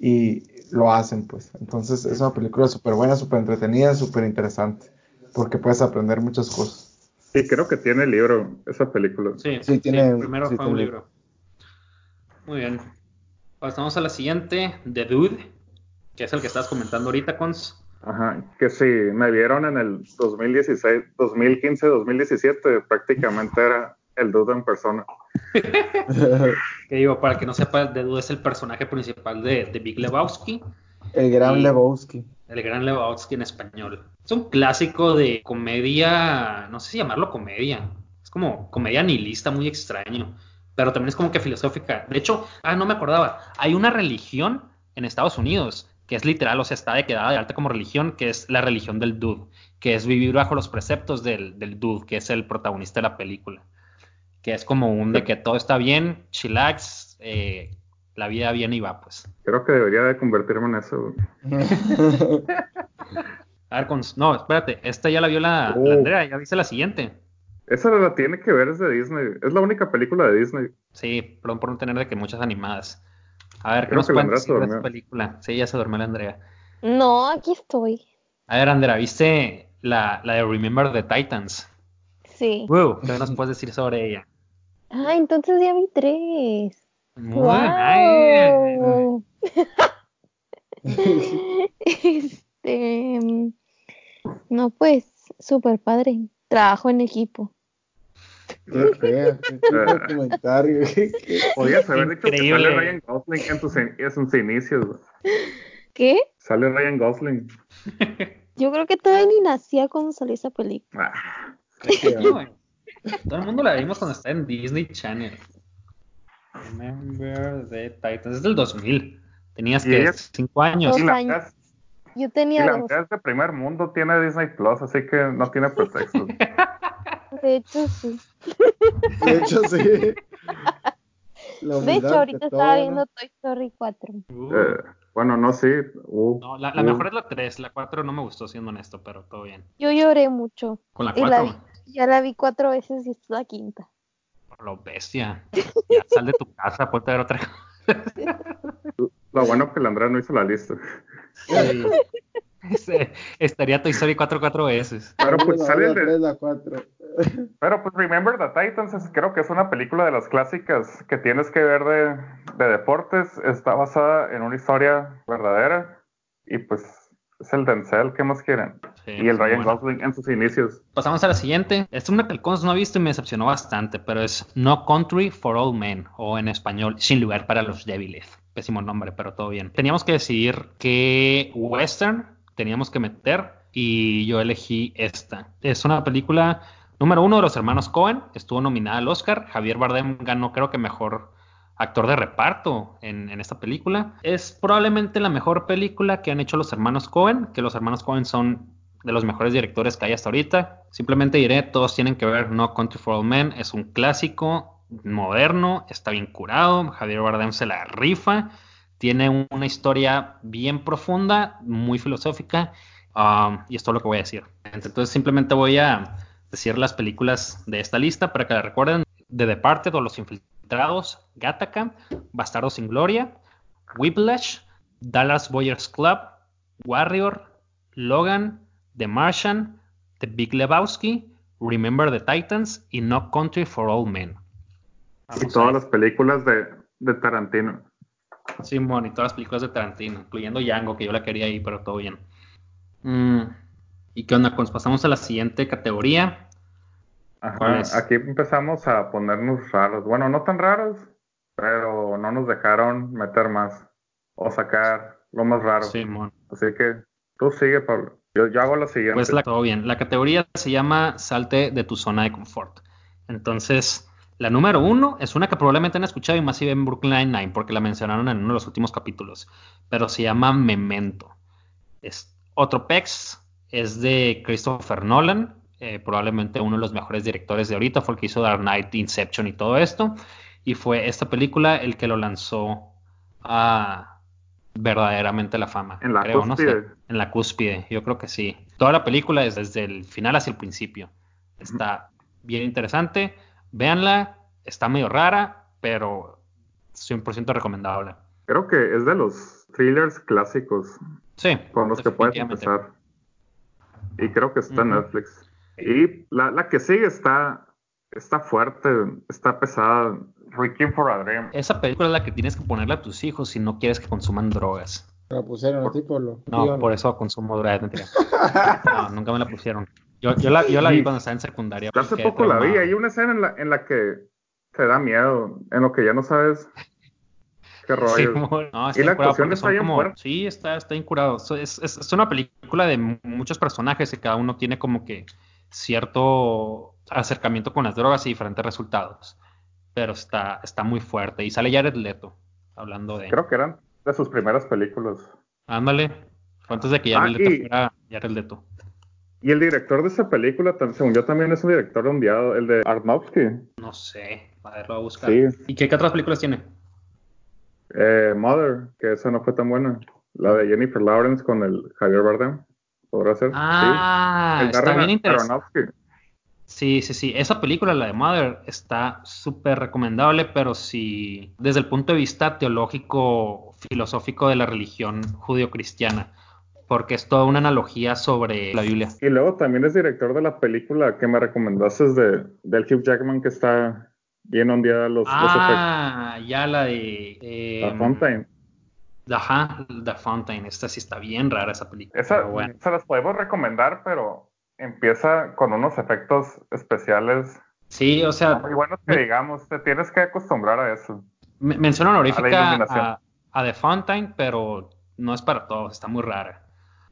Speaker 1: y lo hacen pues. Entonces es una película súper buena, súper entretenida, súper interesante, porque puedes aprender muchas cosas.
Speaker 3: y creo que tiene libro esa película.
Speaker 2: Sí,
Speaker 1: Sí, tiene-
Speaker 2: primero
Speaker 1: sí,
Speaker 2: fue un
Speaker 1: tiene.
Speaker 2: libro. Muy bien. Pasamos a la siguiente, The Dude, que es el que estás comentando ahorita, Cons.
Speaker 3: Ajá, que si me vieron en el 2016, 2015, 2017, prácticamente era el duda en persona.
Speaker 2: Que digo, para el que no sepa, The Dude es el personaje principal de, de Big Lebowski,
Speaker 1: El gran
Speaker 2: Sí.
Speaker 1: Lebowski.
Speaker 2: el gran Lebowski en español. Es un clásico de comedia, no sé si llamarlo comedia, es como comedia nihilista, muy extraño, pero también es como que filosófica. De hecho, ah, no me acordaba, hay una religión en Estados Unidos que es literal, o sea, está de quedada de alta como religión, que es la religión del dude, que es vivir bajo los preceptos del, del dude, que es el protagonista de la película, que es como un de que todo está bien, chillax, eh, la vida bien y va, pues.
Speaker 3: Creo que debería de convertirme en eso.
Speaker 2: A ver, cons- no, espérate, esta ya la vio la,
Speaker 3: Oh.
Speaker 2: la Andrea, ya dice la siguiente.
Speaker 3: Esa la tiene que ver, es de Disney. Es la única película de Disney.
Speaker 2: Sí, perdón por no tener de que muchas animadas. A ver, ¿qué
Speaker 3: Creo
Speaker 2: nos
Speaker 3: que la
Speaker 2: pueden
Speaker 3: Andrea
Speaker 2: decir
Speaker 3: se
Speaker 2: de esta
Speaker 3: durmió.
Speaker 2: película? Sí, ya se durmió la Andrea.
Speaker 4: No, aquí estoy.
Speaker 2: A ver, Andrea, ¿viste la, la de Remember the Titans?
Speaker 4: Sí.
Speaker 2: Wow, ¿qué nos puedes decir sobre ella?
Speaker 4: Ah, entonces ya vi tres.
Speaker 2: Muy nice.
Speaker 4: ¡Guau! este, no, pues, súper padre. Trabajo en equipo.
Speaker 1: Qué fea, qué- qué comentario.
Speaker 3: Podías haber dicho que
Speaker 2: Increíble.
Speaker 3: sale Ryan Gosling en tus, in- en sus inicios. güey.
Speaker 4: ¿Qué?
Speaker 3: Sale Ryan Gosling.
Speaker 4: Yo creo que todavía ni nacía cuando salió esa película.
Speaker 3: Ah,
Speaker 2: Sí, güey. Todo el mundo la vimos cuando está en Disney Channel. Remember the Titans, es del 2000. Tenías
Speaker 3: ¿Y
Speaker 2: que
Speaker 3: ella?
Speaker 2: 5 años.
Speaker 4: Dos
Speaker 3: Y la
Speaker 4: años.
Speaker 3: Andrea-
Speaker 4: Yo
Speaker 3: y
Speaker 4: tenía
Speaker 3: la
Speaker 4: dos.
Speaker 3: Andrea es de primer mundo, tiene Disney Plus, así que no tiene pretexto.
Speaker 4: De hecho, sí.
Speaker 1: De hecho, sí. La
Speaker 4: De
Speaker 1: humildad
Speaker 4: hecho, ahorita
Speaker 1: todo,
Speaker 4: estaba
Speaker 1: ¿no?
Speaker 4: viendo Toy Story 4.
Speaker 2: Uh.
Speaker 3: Eh, bueno, no, sí. Uh,
Speaker 2: No, la, la
Speaker 3: uh.
Speaker 2: mejor es la 3, la 4 no me gustó siendo honesto, pero todo bien.
Speaker 4: Yo lloré mucho.
Speaker 2: Con la
Speaker 4: Y la vi.
Speaker 2: 4,
Speaker 4: Ya la vi cuatro veces y esta es la quinta.
Speaker 2: por lo bestia. Ya, sal de tu casa, ponte a ver otra cosa.
Speaker 3: Lo bueno que la Andrea no hizo la lista.
Speaker 2: Ese- Estaría Toy Story 4 cuatro veces.
Speaker 3: Pero pues
Speaker 1: La
Speaker 3: sale el
Speaker 1: la
Speaker 3: de-
Speaker 1: tres, la cuatro.
Speaker 3: Pero pues Remember the Titans es- creo que es una película de las clásicas que tienes que ver de, de deportes. Está basada en una historia verdadera y pues es el Denzel que más quieren.
Speaker 2: Sí,
Speaker 3: y el
Speaker 2: muy
Speaker 3: Ryan
Speaker 2: buena.
Speaker 3: Gosling en sus inicios.
Speaker 2: Pasamos a la siguiente. Este Esta es una que el Cons no ha visto y me decepcionó bastante, pero es No Country for All Men, o en español, Sin Lugar para los Débiles. Pésimo nombre, pero todo bien. Teníamos que decidir qué western teníamos que meter y yo elegí esta. Es una película número uno de los hermanos Cohen, estuvo nominada al Oscar. Javier Bardem ganó, creo que mejor actor de reparto en, en esta película. Es probablemente la mejor película que han hecho los hermanos Cohen, que los hermanos Cohen son de los mejores directores que hay hasta ahorita. Simplemente diré, todos tienen que ver No Country for Old Men, es un clásico moderno, está bien curado, Javier Bardem se la rifa, tiene un- una historia bien profunda, muy filosófica, um, y esto es todo lo que voy a decir. Entonces simplemente voy a decir las películas de esta lista para que la recuerden. The Departed o Los Infiltrados, Gattaca, Bastardos sin Gloria, Whiplash, Dallas Boyers Club, Warrior, Logan, The Martian, The Big Lebowski, Remember the Titans y No Country for All Men.
Speaker 3: y
Speaker 2: Vamos a-
Speaker 3: todas las películas de, de Tarantino.
Speaker 2: Simón y todas las películas de Tarantino, incluyendo Django, que yo la quería ahí, pero todo bien. Mm, ¿Y qué onda? Cons? pasamos a la siguiente categoría. ¿Cuál
Speaker 3: Ajá,
Speaker 2: es?
Speaker 3: aquí empezamos a ponernos raros. Bueno, no tan raros, pero no nos dejaron meter más o sacar lo más raro.
Speaker 2: Simón.
Speaker 3: Así que tú sigue, Pablo. Yo, yo hago lo siguiente.
Speaker 2: Pues la, todo bien. La categoría se llama Salte de tu zona de confort. Entonces, la número uno es una que probablemente han escuchado y más si ven Brooklyn Nine-Nine, porque la mencionaron en uno de los últimos capítulos, pero se llama Memento. Es otro Pex, es de Christopher Nolan, eh, probablemente uno de los mejores directores de ahorita, fue el que hizo Dark Knight, Inception y todo esto. Y fue esta película el que lo lanzó a verdaderamente la fama.
Speaker 3: En la
Speaker 2: creo,
Speaker 3: cúspide.
Speaker 2: No sé, en la cúspide, yo creo que sí. Toda la película es desde el final hacia el principio. Está bien interesante. Véanla, está medio rara, pero 100% recomendable.
Speaker 3: Creo que es de los thrillers clásicos
Speaker 2: Sí.
Speaker 3: con los que puedes
Speaker 2: definitivamente.
Speaker 3: empezar. Y creo que está en
Speaker 2: Ujú.
Speaker 3: Netflix. Y la, la que sigue está, está fuerte, está pesada. Requiem for a Dream.
Speaker 2: Esa película es la que tienes que ponerle a tus hijos si no quieres que consuman drogas.
Speaker 5: La pusieron así por lo.
Speaker 2: No,
Speaker 5: guión.
Speaker 2: por eso consumo drogas, mentira. No, nunca me la pusieron. Yo, yo la, yo la vi cuando estaba en secundaria.
Speaker 3: Hace
Speaker 2: porque
Speaker 3: poco la vi.
Speaker 2: traumaba.
Speaker 3: Hay una escena en la, en la que te da miedo, en lo que ya no sabes qué rollo.
Speaker 2: Sí, amor. no, está
Speaker 3: Y la
Speaker 2: bien curado
Speaker 3: actuación
Speaker 2: porque
Speaker 3: está
Speaker 2: son
Speaker 3: bien
Speaker 2: como-
Speaker 3: fuerte.
Speaker 2: Sí, está, está bien curado. So, Es, es- es una película de mu- muchos personajes y cada uno tiene como que cierto acercamiento con las drogas y diferentes resultados. Pero está, está muy fuerte. Y sale Jared Leto hablando de...
Speaker 3: Creo que eran de sus primeras películas.
Speaker 2: Ándale. Fue antes de que Jared
Speaker 3: Ah,
Speaker 2: Leto
Speaker 3: y-
Speaker 2: fuera Jared Leto.
Speaker 3: Y el director de esa película, tam- según yo, también es un director ondeado, el de Arnofsky.
Speaker 2: No sé. A ver, lo voy a buscar.
Speaker 3: Sí,
Speaker 2: ¿Y qué, qué otras películas tiene?
Speaker 3: Eh, Mother, que esa no fue tan buena. La de Jennifer Lawrence con el Javier Bardem. ¿Podrá ser?
Speaker 2: Ah,
Speaker 3: Sí. El
Speaker 2: está
Speaker 3: Darren
Speaker 2: bien interesante.
Speaker 3: Aronofsky.
Speaker 2: Sí, sí, sí. Esa película, la de Mother, está súper recomendable, pero si desde el punto de vista teológico, filosófico de la religión judio-cristiana, porque es toda una analogía sobre la Biblia.
Speaker 3: Y luego también es director de la película que me recomendaste de, del Hugh Jackman que está bien ondeada los,
Speaker 2: Ah, ya la de...
Speaker 3: los
Speaker 2: eh,
Speaker 3: efectos. La Fountain.
Speaker 2: Ajá, The Fountain. Esta sí está bien rara esa película.
Speaker 3: Esa
Speaker 2: pero bueno.
Speaker 3: se las podemos recomendar, pero empieza con unos efectos especiales
Speaker 2: Sí, o sea,
Speaker 3: muy buenos que digamos. Te tienes que acostumbrar a eso.
Speaker 2: Me- Mención
Speaker 3: A la
Speaker 2: honorífica
Speaker 3: iluminación.
Speaker 2: a, a The Fountain, pero no es para todos, está muy rara.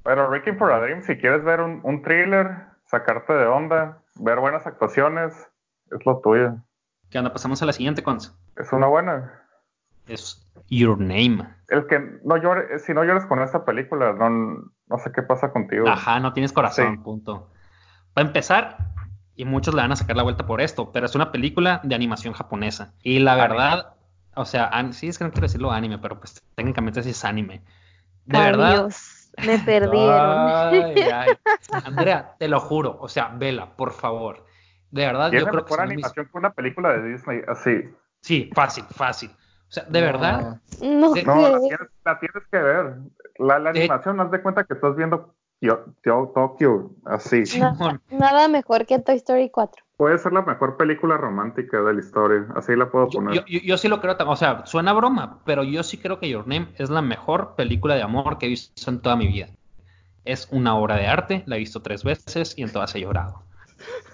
Speaker 3: Pero Requiem for a Dream, si quieres ver un, un thriller, sacarte de onda, ver buenas actuaciones, es lo tuyo.
Speaker 2: ¿Qué onda? Pasamos a la siguiente, Cons.
Speaker 3: Es una buena.
Speaker 2: Es Your Name.
Speaker 3: El que no llore, eh, si no llores con esta película, no, no sé qué pasa contigo.
Speaker 2: Ajá, no tienes corazón,
Speaker 3: Sí.
Speaker 2: punto. Para empezar, y muchos le van a sacar la vuelta por esto, pero es una película de animación japonesa. Y la
Speaker 3: Anime.
Speaker 2: verdad, o sea, an- sí es que no quiero decirlo anime, pero pues técnicamente sí es anime. De verdad,
Speaker 4: Adiós, me perdieron.
Speaker 2: Ay, ay. Andrea, te lo juro, o sea, vela, por favor. De verdad,
Speaker 3: Y es
Speaker 2: yo creo que
Speaker 3: mejor
Speaker 2: son de mis-
Speaker 3: animación que una película de Disney, así.
Speaker 2: Sí, fácil, fácil. O sea, de
Speaker 5: No.
Speaker 2: verdad,
Speaker 4: No,
Speaker 2: De-
Speaker 4: pues,
Speaker 3: No, la
Speaker 4: creo.
Speaker 3: tienes, la tienes que ver. La, la
Speaker 2: De-
Speaker 3: animación, haz de cuenta que estás viendo Tio- Tio- Tokio, así.
Speaker 2: Simón,
Speaker 4: nada mejor que Toy Story 4.
Speaker 3: Puede ser la mejor película romántica de la historia, así la puedo
Speaker 2: yo,
Speaker 3: poner.
Speaker 2: yo- yo sí lo creo, tam- o sea, suena broma, pero yo sí creo que Your Name es la mejor película de amor que he visto en toda mi vida. Es una obra de arte, la he visto tres veces y en todas he llorado.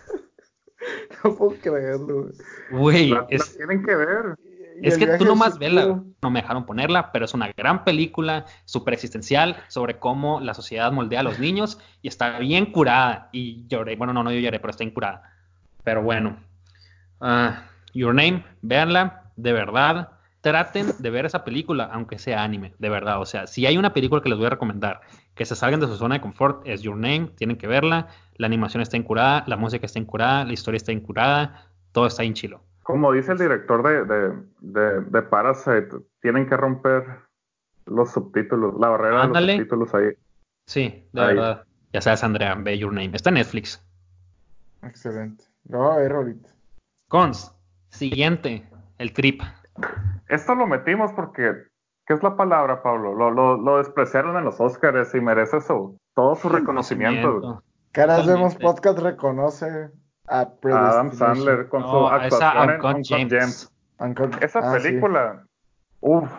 Speaker 5: No puedo creerlo. güey.
Speaker 2: Güey,
Speaker 3: la, la
Speaker 2: es,
Speaker 3: tienen que ver.
Speaker 5: Y
Speaker 2: es
Speaker 5: el
Speaker 2: que
Speaker 5: viaje
Speaker 2: tú
Speaker 5: de
Speaker 2: nomás
Speaker 5: Shihiro.
Speaker 2: vela, no me dejaron ponerla, pero es una gran película, súper existencial, sobre cómo la sociedad moldea a los niños y está bien curada. Y lloré, bueno, no, no yo lloré, pero está bien curada. Pero bueno, Ah, Your Name, véanla, de verdad. Traten de ver esa película, aunque sea anime, de verdad. O sea, si hay una película que les voy a recomendar que se salgan de su zona de confort, es Your Name, tienen que verla. La animación está incurada, la música está incurada, la historia está incurada, todo está en chilo.
Speaker 3: Como dice el director de, de, de, de Parasite, tienen que romper los subtítulos, la barrera
Speaker 2: Ándale.
Speaker 3: de los subtítulos ahí.
Speaker 2: Sí, de
Speaker 3: Ahí.
Speaker 2: verdad. Ya sabes, Andrea, ve Your Name. Está en Netflix.
Speaker 5: Excelente. Lo voy a ver ahorita.
Speaker 2: Cons, siguiente, el trip.
Speaker 3: Esto lo metimos porque, ¿qué es la palabra, Pablo? Lo, lo, lo despreciaron en los Oscars y merece su, todo su reconocimiento.
Speaker 5: Caras vemos
Speaker 2: Totalmente.
Speaker 5: podcast reconoce a
Speaker 3: Adam
Speaker 5: Predestination.
Speaker 3: Sandler con su
Speaker 2: No, esa
Speaker 3: actuación en
Speaker 2: Uncut
Speaker 3: Uncut
Speaker 2: James.
Speaker 3: Gems.
Speaker 5: Uncut-
Speaker 3: Esa
Speaker 5: ah, sí.
Speaker 3: película, uff,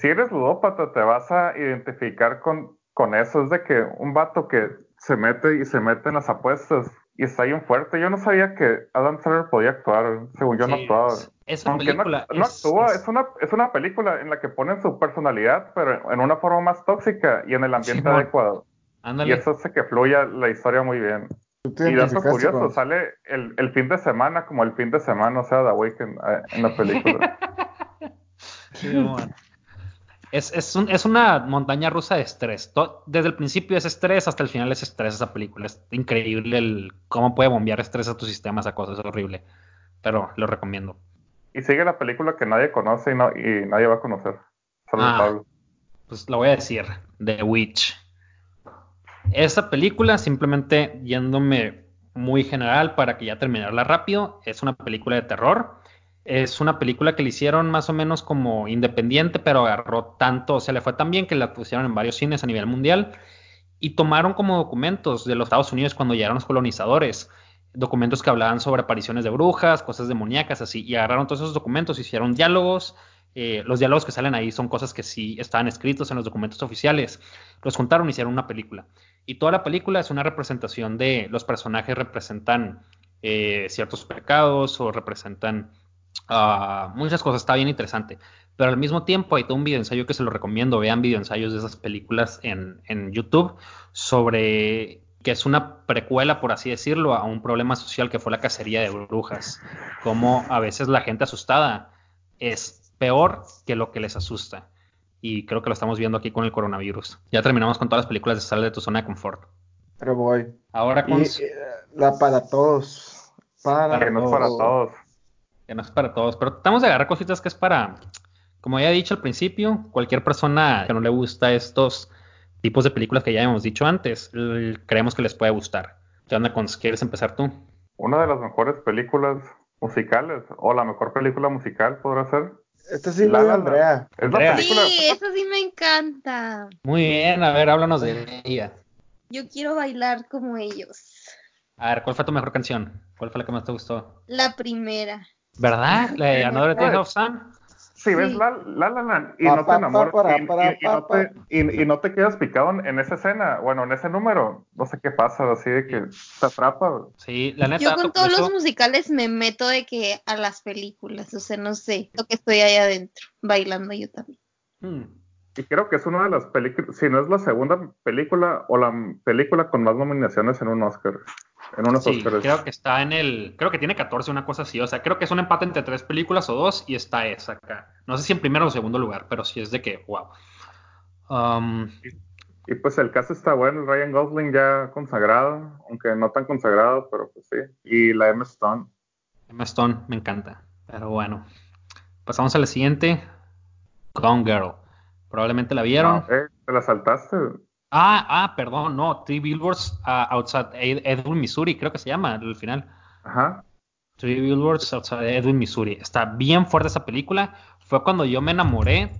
Speaker 3: si eres ludópata te vas a identificar con, con eso. Es de que un vato que se mete y se mete en las apuestas y está bien fuerte. Yo no sabía que Adam Sandler podía actuar, según yo no
Speaker 2: Sí,
Speaker 3: actuaba.
Speaker 2: es- Esa
Speaker 3: Aunque no,
Speaker 2: película
Speaker 3: no
Speaker 2: es-
Speaker 3: actúa,
Speaker 2: es-
Speaker 3: es, una, es una película en la que ponen su personalidad, pero en una forma más tóxica y en el ambiente
Speaker 2: Simón.
Speaker 3: adecuado. Y
Speaker 2: ándale.
Speaker 3: eso hace que fluya la historia muy bien.
Speaker 5: Tú te
Speaker 3: Y dato
Speaker 5: identificaste
Speaker 3: curioso,
Speaker 5: con-
Speaker 3: sale el, el fin de semana como el fin de semana, o sea, The Weeknd eh, en la película.
Speaker 2: Sí, bueno. Es, es, un- es una montaña rusa de estrés. To- Desde el principio es estrés, hasta el final es estrés esa película. Es increíble el cómo puede bombear estrés a tu sistema esa cosa. Es horrible. Pero lo recomiendo.
Speaker 3: Y sigue la película que nadie conoce y, no- y nadie va a conocer. Solo
Speaker 2: Ah.
Speaker 3: Pablo.
Speaker 2: Pues lo voy a decir. The Witch. Esa película, simplemente yéndome muy general para que ya terminarla rápido, es una película de terror. Es una película que le hicieron más o menos como independiente, pero agarró tanto, o sea, le fue tan bien que la pusieron en varios cines a nivel mundial y tomaron como documentos de los Estados Unidos cuando llegaron los colonizadores, documentos que hablaban sobre apariciones de brujas, cosas demoníacas, así, y agarraron todos esos documentos, hicieron diálogos, eh, los diálogos que salen ahí son cosas que sí estaban escritos en los documentos oficiales, los juntaron y hicieron una película. Y toda la película es una representación de los personajes representan eh, ciertos pecados o representan ah, muchas cosas, está bien interesante. Pero al mismo tiempo hay todo un videoensayo que se lo recomiendo, vean videoensayos de esas películas en, en YouTube sobre que es una precuela, por así decirlo, a un problema social que fue la cacería de brujas. Como a veces la gente asustada es peor que lo que les asusta. Y creo que lo estamos viendo aquí con el coronavirus. Ya terminamos con todas las películas de Sal de tu zona de confort.
Speaker 1: Pero voy.
Speaker 2: Ahora con...
Speaker 1: Y eh, la para todos. Para
Speaker 3: Que no es para todos.
Speaker 2: que no es para todos, pero tratamos de agarrar cositas que es para, como ya he dicho al principio, cualquier persona que no le gusta estos tipos de películas que ya hemos dicho antes, l- creemos que les puede gustar. ¿Qué onda, Cons? ¿Quieres empezar tú?
Speaker 3: Una de las mejores películas musicales, o la mejor película musical podrá ser.
Speaker 1: Esta sí
Speaker 3: La
Speaker 1: la de
Speaker 3: La Land.
Speaker 1: Andrea.
Speaker 3: Es la
Speaker 2: Andrea.
Speaker 3: película.
Speaker 6: Sí, eso sí me encanta.
Speaker 2: Muy bien, a ver, háblanos de ella.
Speaker 6: Yo quiero bailar como ellos.
Speaker 2: A ver, ¿cuál fue tu mejor canción? ¿Cuál fue la que más te gustó?
Speaker 6: La primera.
Speaker 2: ¿Verdad? ¿La de Another Day
Speaker 3: ¿Cuál?
Speaker 2: of Sun?
Speaker 3: Si ves
Speaker 6: Sí.
Speaker 3: la, la La Land y
Speaker 1: Pa,
Speaker 3: no
Speaker 1: pa,
Speaker 3: te
Speaker 1: pa,
Speaker 3: enamoras
Speaker 1: para,
Speaker 3: y-
Speaker 1: para,
Speaker 3: y- y no
Speaker 1: pa,
Speaker 3: te- y- y no te quedas picado en, en esa escena, bueno, en ese número, no sé qué pasa, así de que te atrapa.
Speaker 2: Sí, la neta.
Speaker 6: Yo con todos
Speaker 2: eso-
Speaker 6: los musicales me meto de que a las películas, o sea, no sé, lo que estoy ahí adentro, bailando yo también.
Speaker 2: Hmm.
Speaker 3: Y creo que es una de las películas, si no es la segunda película o la m- película con más nominaciones en un Oscar, en unos
Speaker 2: Sí,
Speaker 3: Oscars.
Speaker 2: creo que está en el. Creo que tiene 14, una cosa así. O sea, creo que es un empate entre tres películas o dos y está esa acá. No sé si en primero o segundo lugar, pero sí es de que, wow. Um,
Speaker 3: Y pues el caso está bueno, Ryan Gosling ya consagrado, aunque no tan consagrado, pero pues sí. Y la Emma Stone.
Speaker 2: Emma Stone, me encanta. Pero bueno. Pasamos a la siguiente: Gone Girl. Probablemente la vieron.
Speaker 3: No, eh, te la saltaste.
Speaker 2: Ah, ah, perdón, no. Three Billboards ah, Outside Ed- Edwin, Missouri, creo que se llama al final.
Speaker 3: Ajá.
Speaker 2: Three Billboards Outside Edwin, Missouri. Está bien fuerte esa película. Fue cuando yo me enamoré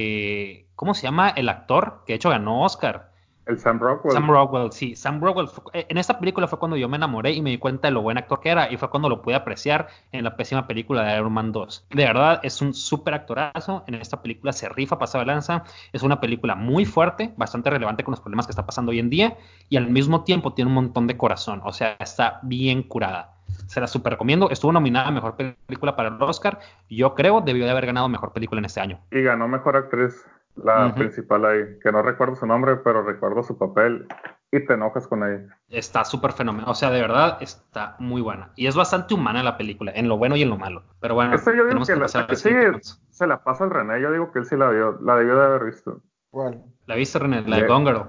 Speaker 2: de. ¿Cómo se llama? El actor que de hecho ganó Oscar.
Speaker 3: El Sam Rockwell.
Speaker 2: Sam Rockwell, sí. Sam Rockwell. fue- eh, en esta película fue cuando yo me enamoré y me di cuenta de lo buen actor que era. Y fue cuando lo pude apreciar en la pésima película de Iron Man 2. De verdad, es un súper actorazo. En esta película se rifa, pasa de lanza. Es una película muy fuerte, bastante relevante con los problemas que está pasando hoy en día. Y al mismo tiempo tiene un montón de corazón. O sea, está bien curada. Se la super recomiendo. Estuvo nominada a mejor película para el Oscar. Yo creo debió de haber ganado mejor película en este año.
Speaker 3: Y ganó mejor actriz, la
Speaker 2: Ujú.
Speaker 3: principal ahí, que no recuerdo su nombre, pero recuerdo su papel. Y te enojas con ella.
Speaker 2: Está súper fenomenal. O sea, de verdad está muy buena. Y es bastante humana la película, en lo bueno y en lo malo. Pero bueno,
Speaker 3: Esta yo digo
Speaker 2: tenemos
Speaker 3: que la,
Speaker 2: pasar
Speaker 3: la
Speaker 2: a
Speaker 3: que
Speaker 2: siguiente
Speaker 3: sigue
Speaker 2: cosa.
Speaker 3: se la pasa al René. Yo digo que él sí la vio, la debió de haber visto.
Speaker 1: ¿Cuál?
Speaker 2: ¿La viste, René? La de
Speaker 3: Ya.
Speaker 2: Gone Girl.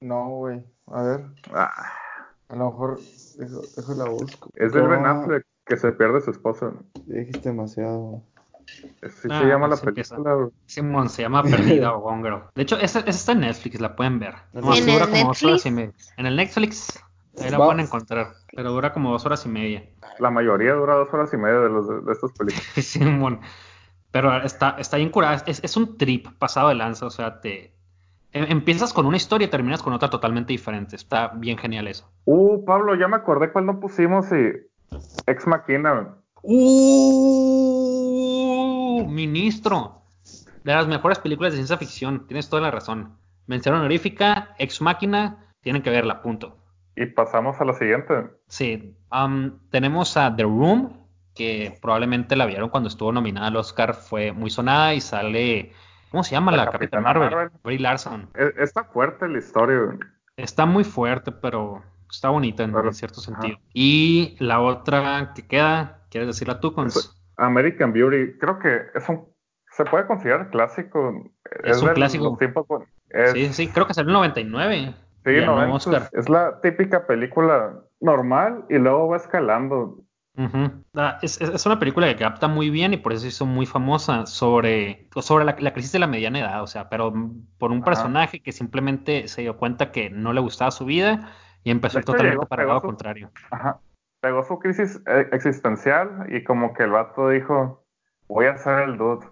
Speaker 1: No, güey. A ver.
Speaker 3: Ah,
Speaker 1: A lo mejor. Dejo, dejo la busco.
Speaker 3: es del
Speaker 1: No,
Speaker 3: Ben Affleck que se pierde su esposa.
Speaker 1: Dijiste demasiado.
Speaker 3: Sí
Speaker 2: Ah,
Speaker 3: se llama la
Speaker 2: se empieza.
Speaker 3: película. güey.
Speaker 2: Simón se llama Perdida o Gone Girl. De hecho, esa, esa está en Netflix, la pueden ver.
Speaker 1: ¿En
Speaker 2: Nomás
Speaker 1: el
Speaker 2: dura como dos
Speaker 6: Netflix?
Speaker 2: horas y media. En el Netflix, ahí la
Speaker 1: Va-
Speaker 2: pueden encontrar. Pero dura como dos horas y media.
Speaker 3: La mayoría dura dos horas y media de, los, de, estas películas.
Speaker 2: Simón. Pero está, está bien curada. Es, es un trip pasado de lanza. O sea, te em- empiezas con una historia y terminas con otra totalmente diferente. Está bien genial eso.
Speaker 3: Uh, Pablo, ya me acordé cuál no pusimos y Ex Machina. güey.
Speaker 2: ¡Uh! Ministro. De las mejores películas de ciencia ficción. Tienes toda la razón. Mención honorífica, Ex Máquina. Tienen que verla, punto.
Speaker 3: Y pasamos a la siguiente.
Speaker 2: Sí. am, tenemos a The Room, que probablemente la vieron cuando estuvo nominada al Oscar. Fue muy sonada y sale. ¿Cómo se llama la,
Speaker 3: La
Speaker 2: Capitana,
Speaker 3: Capitana
Speaker 2: Marvel?
Speaker 3: Marvel.
Speaker 2: Brie Larson.
Speaker 3: E- Está fuerte la historia. güey.
Speaker 2: Está muy fuerte, pero está bonita en,
Speaker 3: Pero-
Speaker 2: en cierto
Speaker 3: ajá.
Speaker 2: sentido. Y la
Speaker 3: Pues,
Speaker 2: otra que queda, ¿quieres decirla tú, Cons?
Speaker 3: Eso- American Beauty, creo que es un se puede considerar clásico.
Speaker 2: Es un
Speaker 3: del-
Speaker 2: clásico.
Speaker 3: los tiempos bu- es-
Speaker 2: Sí, sí, creo que salió en 99.
Speaker 3: sí,
Speaker 2: Ganó
Speaker 3: 90.
Speaker 2: Oscar.
Speaker 3: Es la típica película normal y luego va escalando.
Speaker 2: Ujú. Ah, es, es- es una película que capta muy bien y por eso se hizo muy famosa sobre, sobre la, la crisis de la mediana edad, o sea, pero por un
Speaker 3: Ajá.
Speaker 2: personaje que simplemente se dio cuenta que no le gustaba su vida y empezó
Speaker 3: De hecho,
Speaker 2: totalmente
Speaker 3: llegó
Speaker 2: para el lado
Speaker 3: Pegasus.
Speaker 2: contrario.
Speaker 3: Ajá. Pegó su crisis eh, existencial y como que el vato dijo, voy a ser el dude.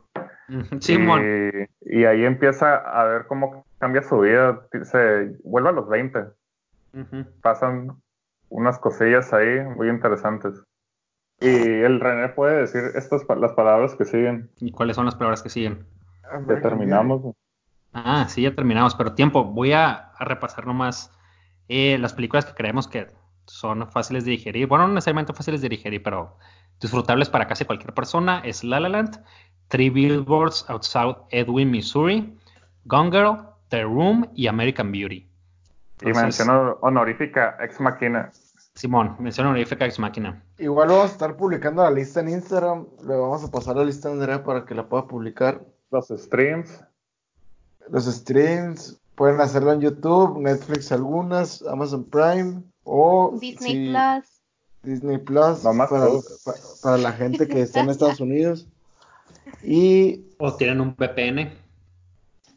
Speaker 2: Ujú, Simón,
Speaker 3: Y, Eh, y ahí empieza a ver cómo cambia su vida. Se vuelve a los 20.
Speaker 2: Ujú.
Speaker 3: Pasan unas cosillas ahí muy interesantes. Y el René puede decir estas pa- las palabras que siguen.
Speaker 2: ¿Y cuáles son las palabras que siguen?
Speaker 3: Ya terminamos.
Speaker 2: Ah, sí, ya terminamos, pero tiempo. Voy a, a repasar nomás eh, las películas que creemos que son fáciles de digerir. Bueno, no necesariamente fáciles de digerir, pero disfrutables para casi cualquier persona. Es La La Land, Three Billboards Outside Edwin, Missouri, Gone Girl, The Room y American Beauty.
Speaker 3: Y
Speaker 2: Entonces,
Speaker 3: menciono honorífica Ex Machina.
Speaker 2: Simón, mención honorífica Ex Máquina.
Speaker 1: Igual vamos a estar publicando la lista en Instagram. Le vamos a pasar la lista a Andrea para que la pueda publicar.
Speaker 3: Los streams.
Speaker 1: Los streams. Pueden hacerlo en YouTube, Netflix algunas, Amazon Prime o
Speaker 6: Disney
Speaker 1: si-
Speaker 6: Plus.
Speaker 1: Disney Plus
Speaker 3: Nomás
Speaker 1: para,
Speaker 3: todo.
Speaker 1: pa- para la gente que está en Estados Unidos. Y
Speaker 2: O tienen un VPN.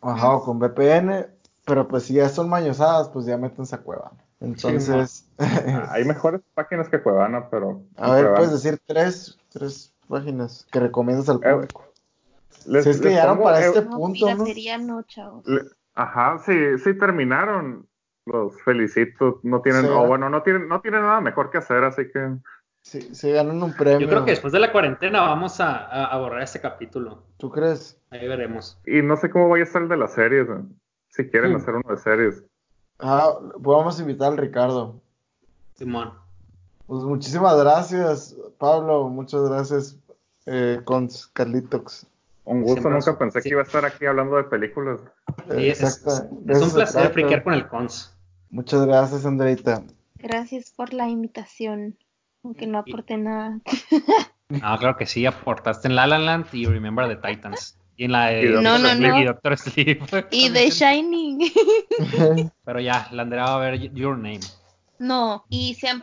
Speaker 1: Ajá, o con VPN, pero pues si ya son mañosadas, pues ya métanse a Cueva. Entonces,
Speaker 3: Ah, Hay mejores páginas que Cuevana, pero.
Speaker 1: a ver,
Speaker 3: Cuevana.
Speaker 1: puedes decir tres, tres páginas que recomiendas al
Speaker 3: Eh,
Speaker 1: público.
Speaker 3: les-
Speaker 1: si es que
Speaker 3: les
Speaker 1: llegaron
Speaker 3: pongo,
Speaker 1: para
Speaker 3: eh,
Speaker 1: este
Speaker 6: No,
Speaker 1: punto, ¿no?
Speaker 6: piratería no, chavos.
Speaker 3: Le- Ajá, sí, sí terminaron. Los felicito. No tienen,
Speaker 1: Sí.
Speaker 3: o bueno, no tienen, no tienen nada mejor que hacer, así que
Speaker 1: Si, si ganan un premio.
Speaker 2: Yo creo que después de la cuarentena vamos a, a- a borrar este capítulo.
Speaker 1: ¿Tú crees?
Speaker 2: Ahí veremos.
Speaker 3: y no sé cómo vaya a estar el de las series. ¿no? Si quieren
Speaker 2: Mm.
Speaker 3: hacer uno de series.
Speaker 1: Ah, podemos invitar al Ricardo.
Speaker 2: Simón.
Speaker 1: Pues muchísimas gracias, Pablo. Muchas gracias, eh, con Carlitox.
Speaker 3: Un gusto,
Speaker 2: Siempre
Speaker 3: nunca
Speaker 2: es-
Speaker 3: pensé
Speaker 2: sí.
Speaker 3: que iba a estar aquí hablando de películas.
Speaker 2: Sí, es,
Speaker 1: Exacto,
Speaker 2: es-
Speaker 1: de
Speaker 2: es
Speaker 1: eso
Speaker 2: un
Speaker 1: se
Speaker 2: placer
Speaker 1: trata.
Speaker 2: friquear con el cons.
Speaker 1: Muchas gracias, Andreita.
Speaker 6: Gracias por la invitación. Aunque no aporte nada.
Speaker 2: Ah, claro que sí, aportaste en La La Land y Remember the Titans. Y en la de
Speaker 3: Y
Speaker 6: No,
Speaker 2: Doctor
Speaker 6: no,
Speaker 2: Sleep
Speaker 6: no.
Speaker 2: y Doctor Sleep.
Speaker 6: Y The Shining.
Speaker 2: Pero ya, Landera va a ver y- Your Name.
Speaker 6: No, y sean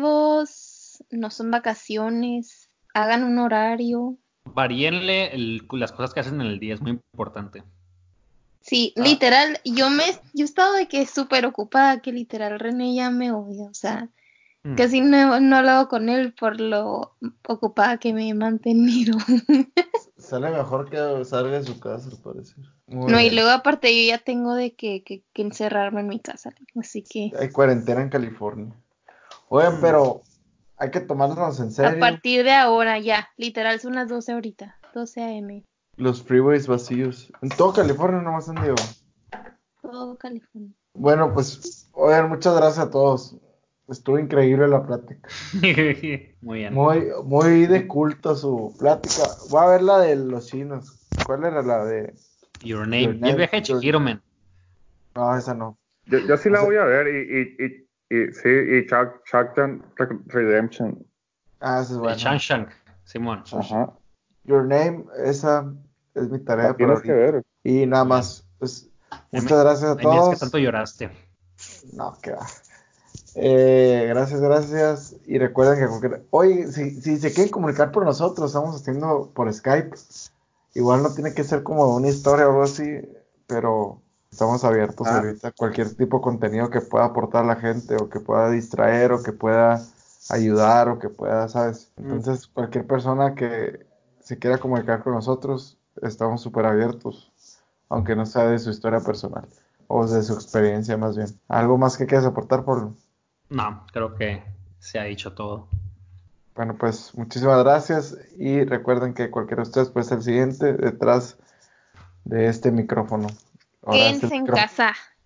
Speaker 6: productivos, no son vacaciones, hagan un horario.
Speaker 2: Varíenle el- las cosas que hacen en el día, es muy importante.
Speaker 6: Sí,
Speaker 1: Ah.
Speaker 6: literal, yo me yo he estado de que súper ocupada, que literal René ya me odia, o sea,
Speaker 2: Mm.
Speaker 6: casi no, he- no he hablado con él por lo ocupada que me he mantenido.
Speaker 1: Sale mejor que salga de su casa, al parecer. Muy
Speaker 6: No, y
Speaker 1: bien.
Speaker 6: luego aparte yo ya tengo de que, que- que encerrarme en mi casa, así que
Speaker 1: Hay cuarentena en California. Oye, pero hay que tomárnoslos en
Speaker 6: a
Speaker 1: serio.
Speaker 6: partir de ahora ya, literal son las 12 ahorita, 12 a.m.
Speaker 1: Los freeways vacíos. En todo California, nomás en Diego.
Speaker 6: Todo California.
Speaker 1: Bueno, pues, oigan, muchas gracias a todos. Estuvo increíble la plática.
Speaker 2: Mm. muy bien.
Speaker 1: Muy, muy de culto su plática. Voy a ver la de los chinos. ¿Cuál era la de.?
Speaker 2: Your Name.
Speaker 1: Your
Speaker 2: y
Speaker 1: Name,
Speaker 2: el viaje de
Speaker 1: Your-
Speaker 2: Chihiro, man.
Speaker 1: No, esa no.
Speaker 3: Yo, yo sí la
Speaker 1: O sea-
Speaker 3: voy a ver y, y, y, y- sí, y Chuck, Chuck Down Re- Redemption.
Speaker 1: Ah, esa es
Speaker 2: De Shang
Speaker 1: buena.
Speaker 2: Shang. Simón.
Speaker 3: Ajá.
Speaker 1: Your Name, esa es mi tarea para
Speaker 3: La tienes que
Speaker 1: ahorita.
Speaker 3: ver.
Speaker 1: Y nada más. Pues,
Speaker 2: Ay,
Speaker 1: muchas gracias a
Speaker 2: Ay, mira, es que
Speaker 1: todos.
Speaker 2: tanto lloraste.
Speaker 1: No, qué va. Eh, gracias, gracias. Y recuerden que cualquier... Oye, si, si se quieren comunicar por nosotros, estamos haciendo por Skype. Igual no tiene que ser como una historia o algo así, pero estamos abiertos
Speaker 3: Ah.
Speaker 1: ahorita a cualquier tipo de contenido que pueda aportar la gente o que pueda distraer o que pueda ayudar o que pueda, ¿sabes? Entonces, cualquier persona que se quiera comunicar con nosotros, estamos súper abiertos, aunque no sea de su historia personal o de su experiencia más bien. ¿Algo más que quieras aportar, Pablo?
Speaker 2: No, creo que se ha dicho todo.
Speaker 1: Bueno, pues muchísimas gracias y recuerden que cualquiera de ustedes puede ser el siguiente detrás de este micrófono. Ahora este
Speaker 6: Quédense en
Speaker 1: micrófono-
Speaker 6: casa,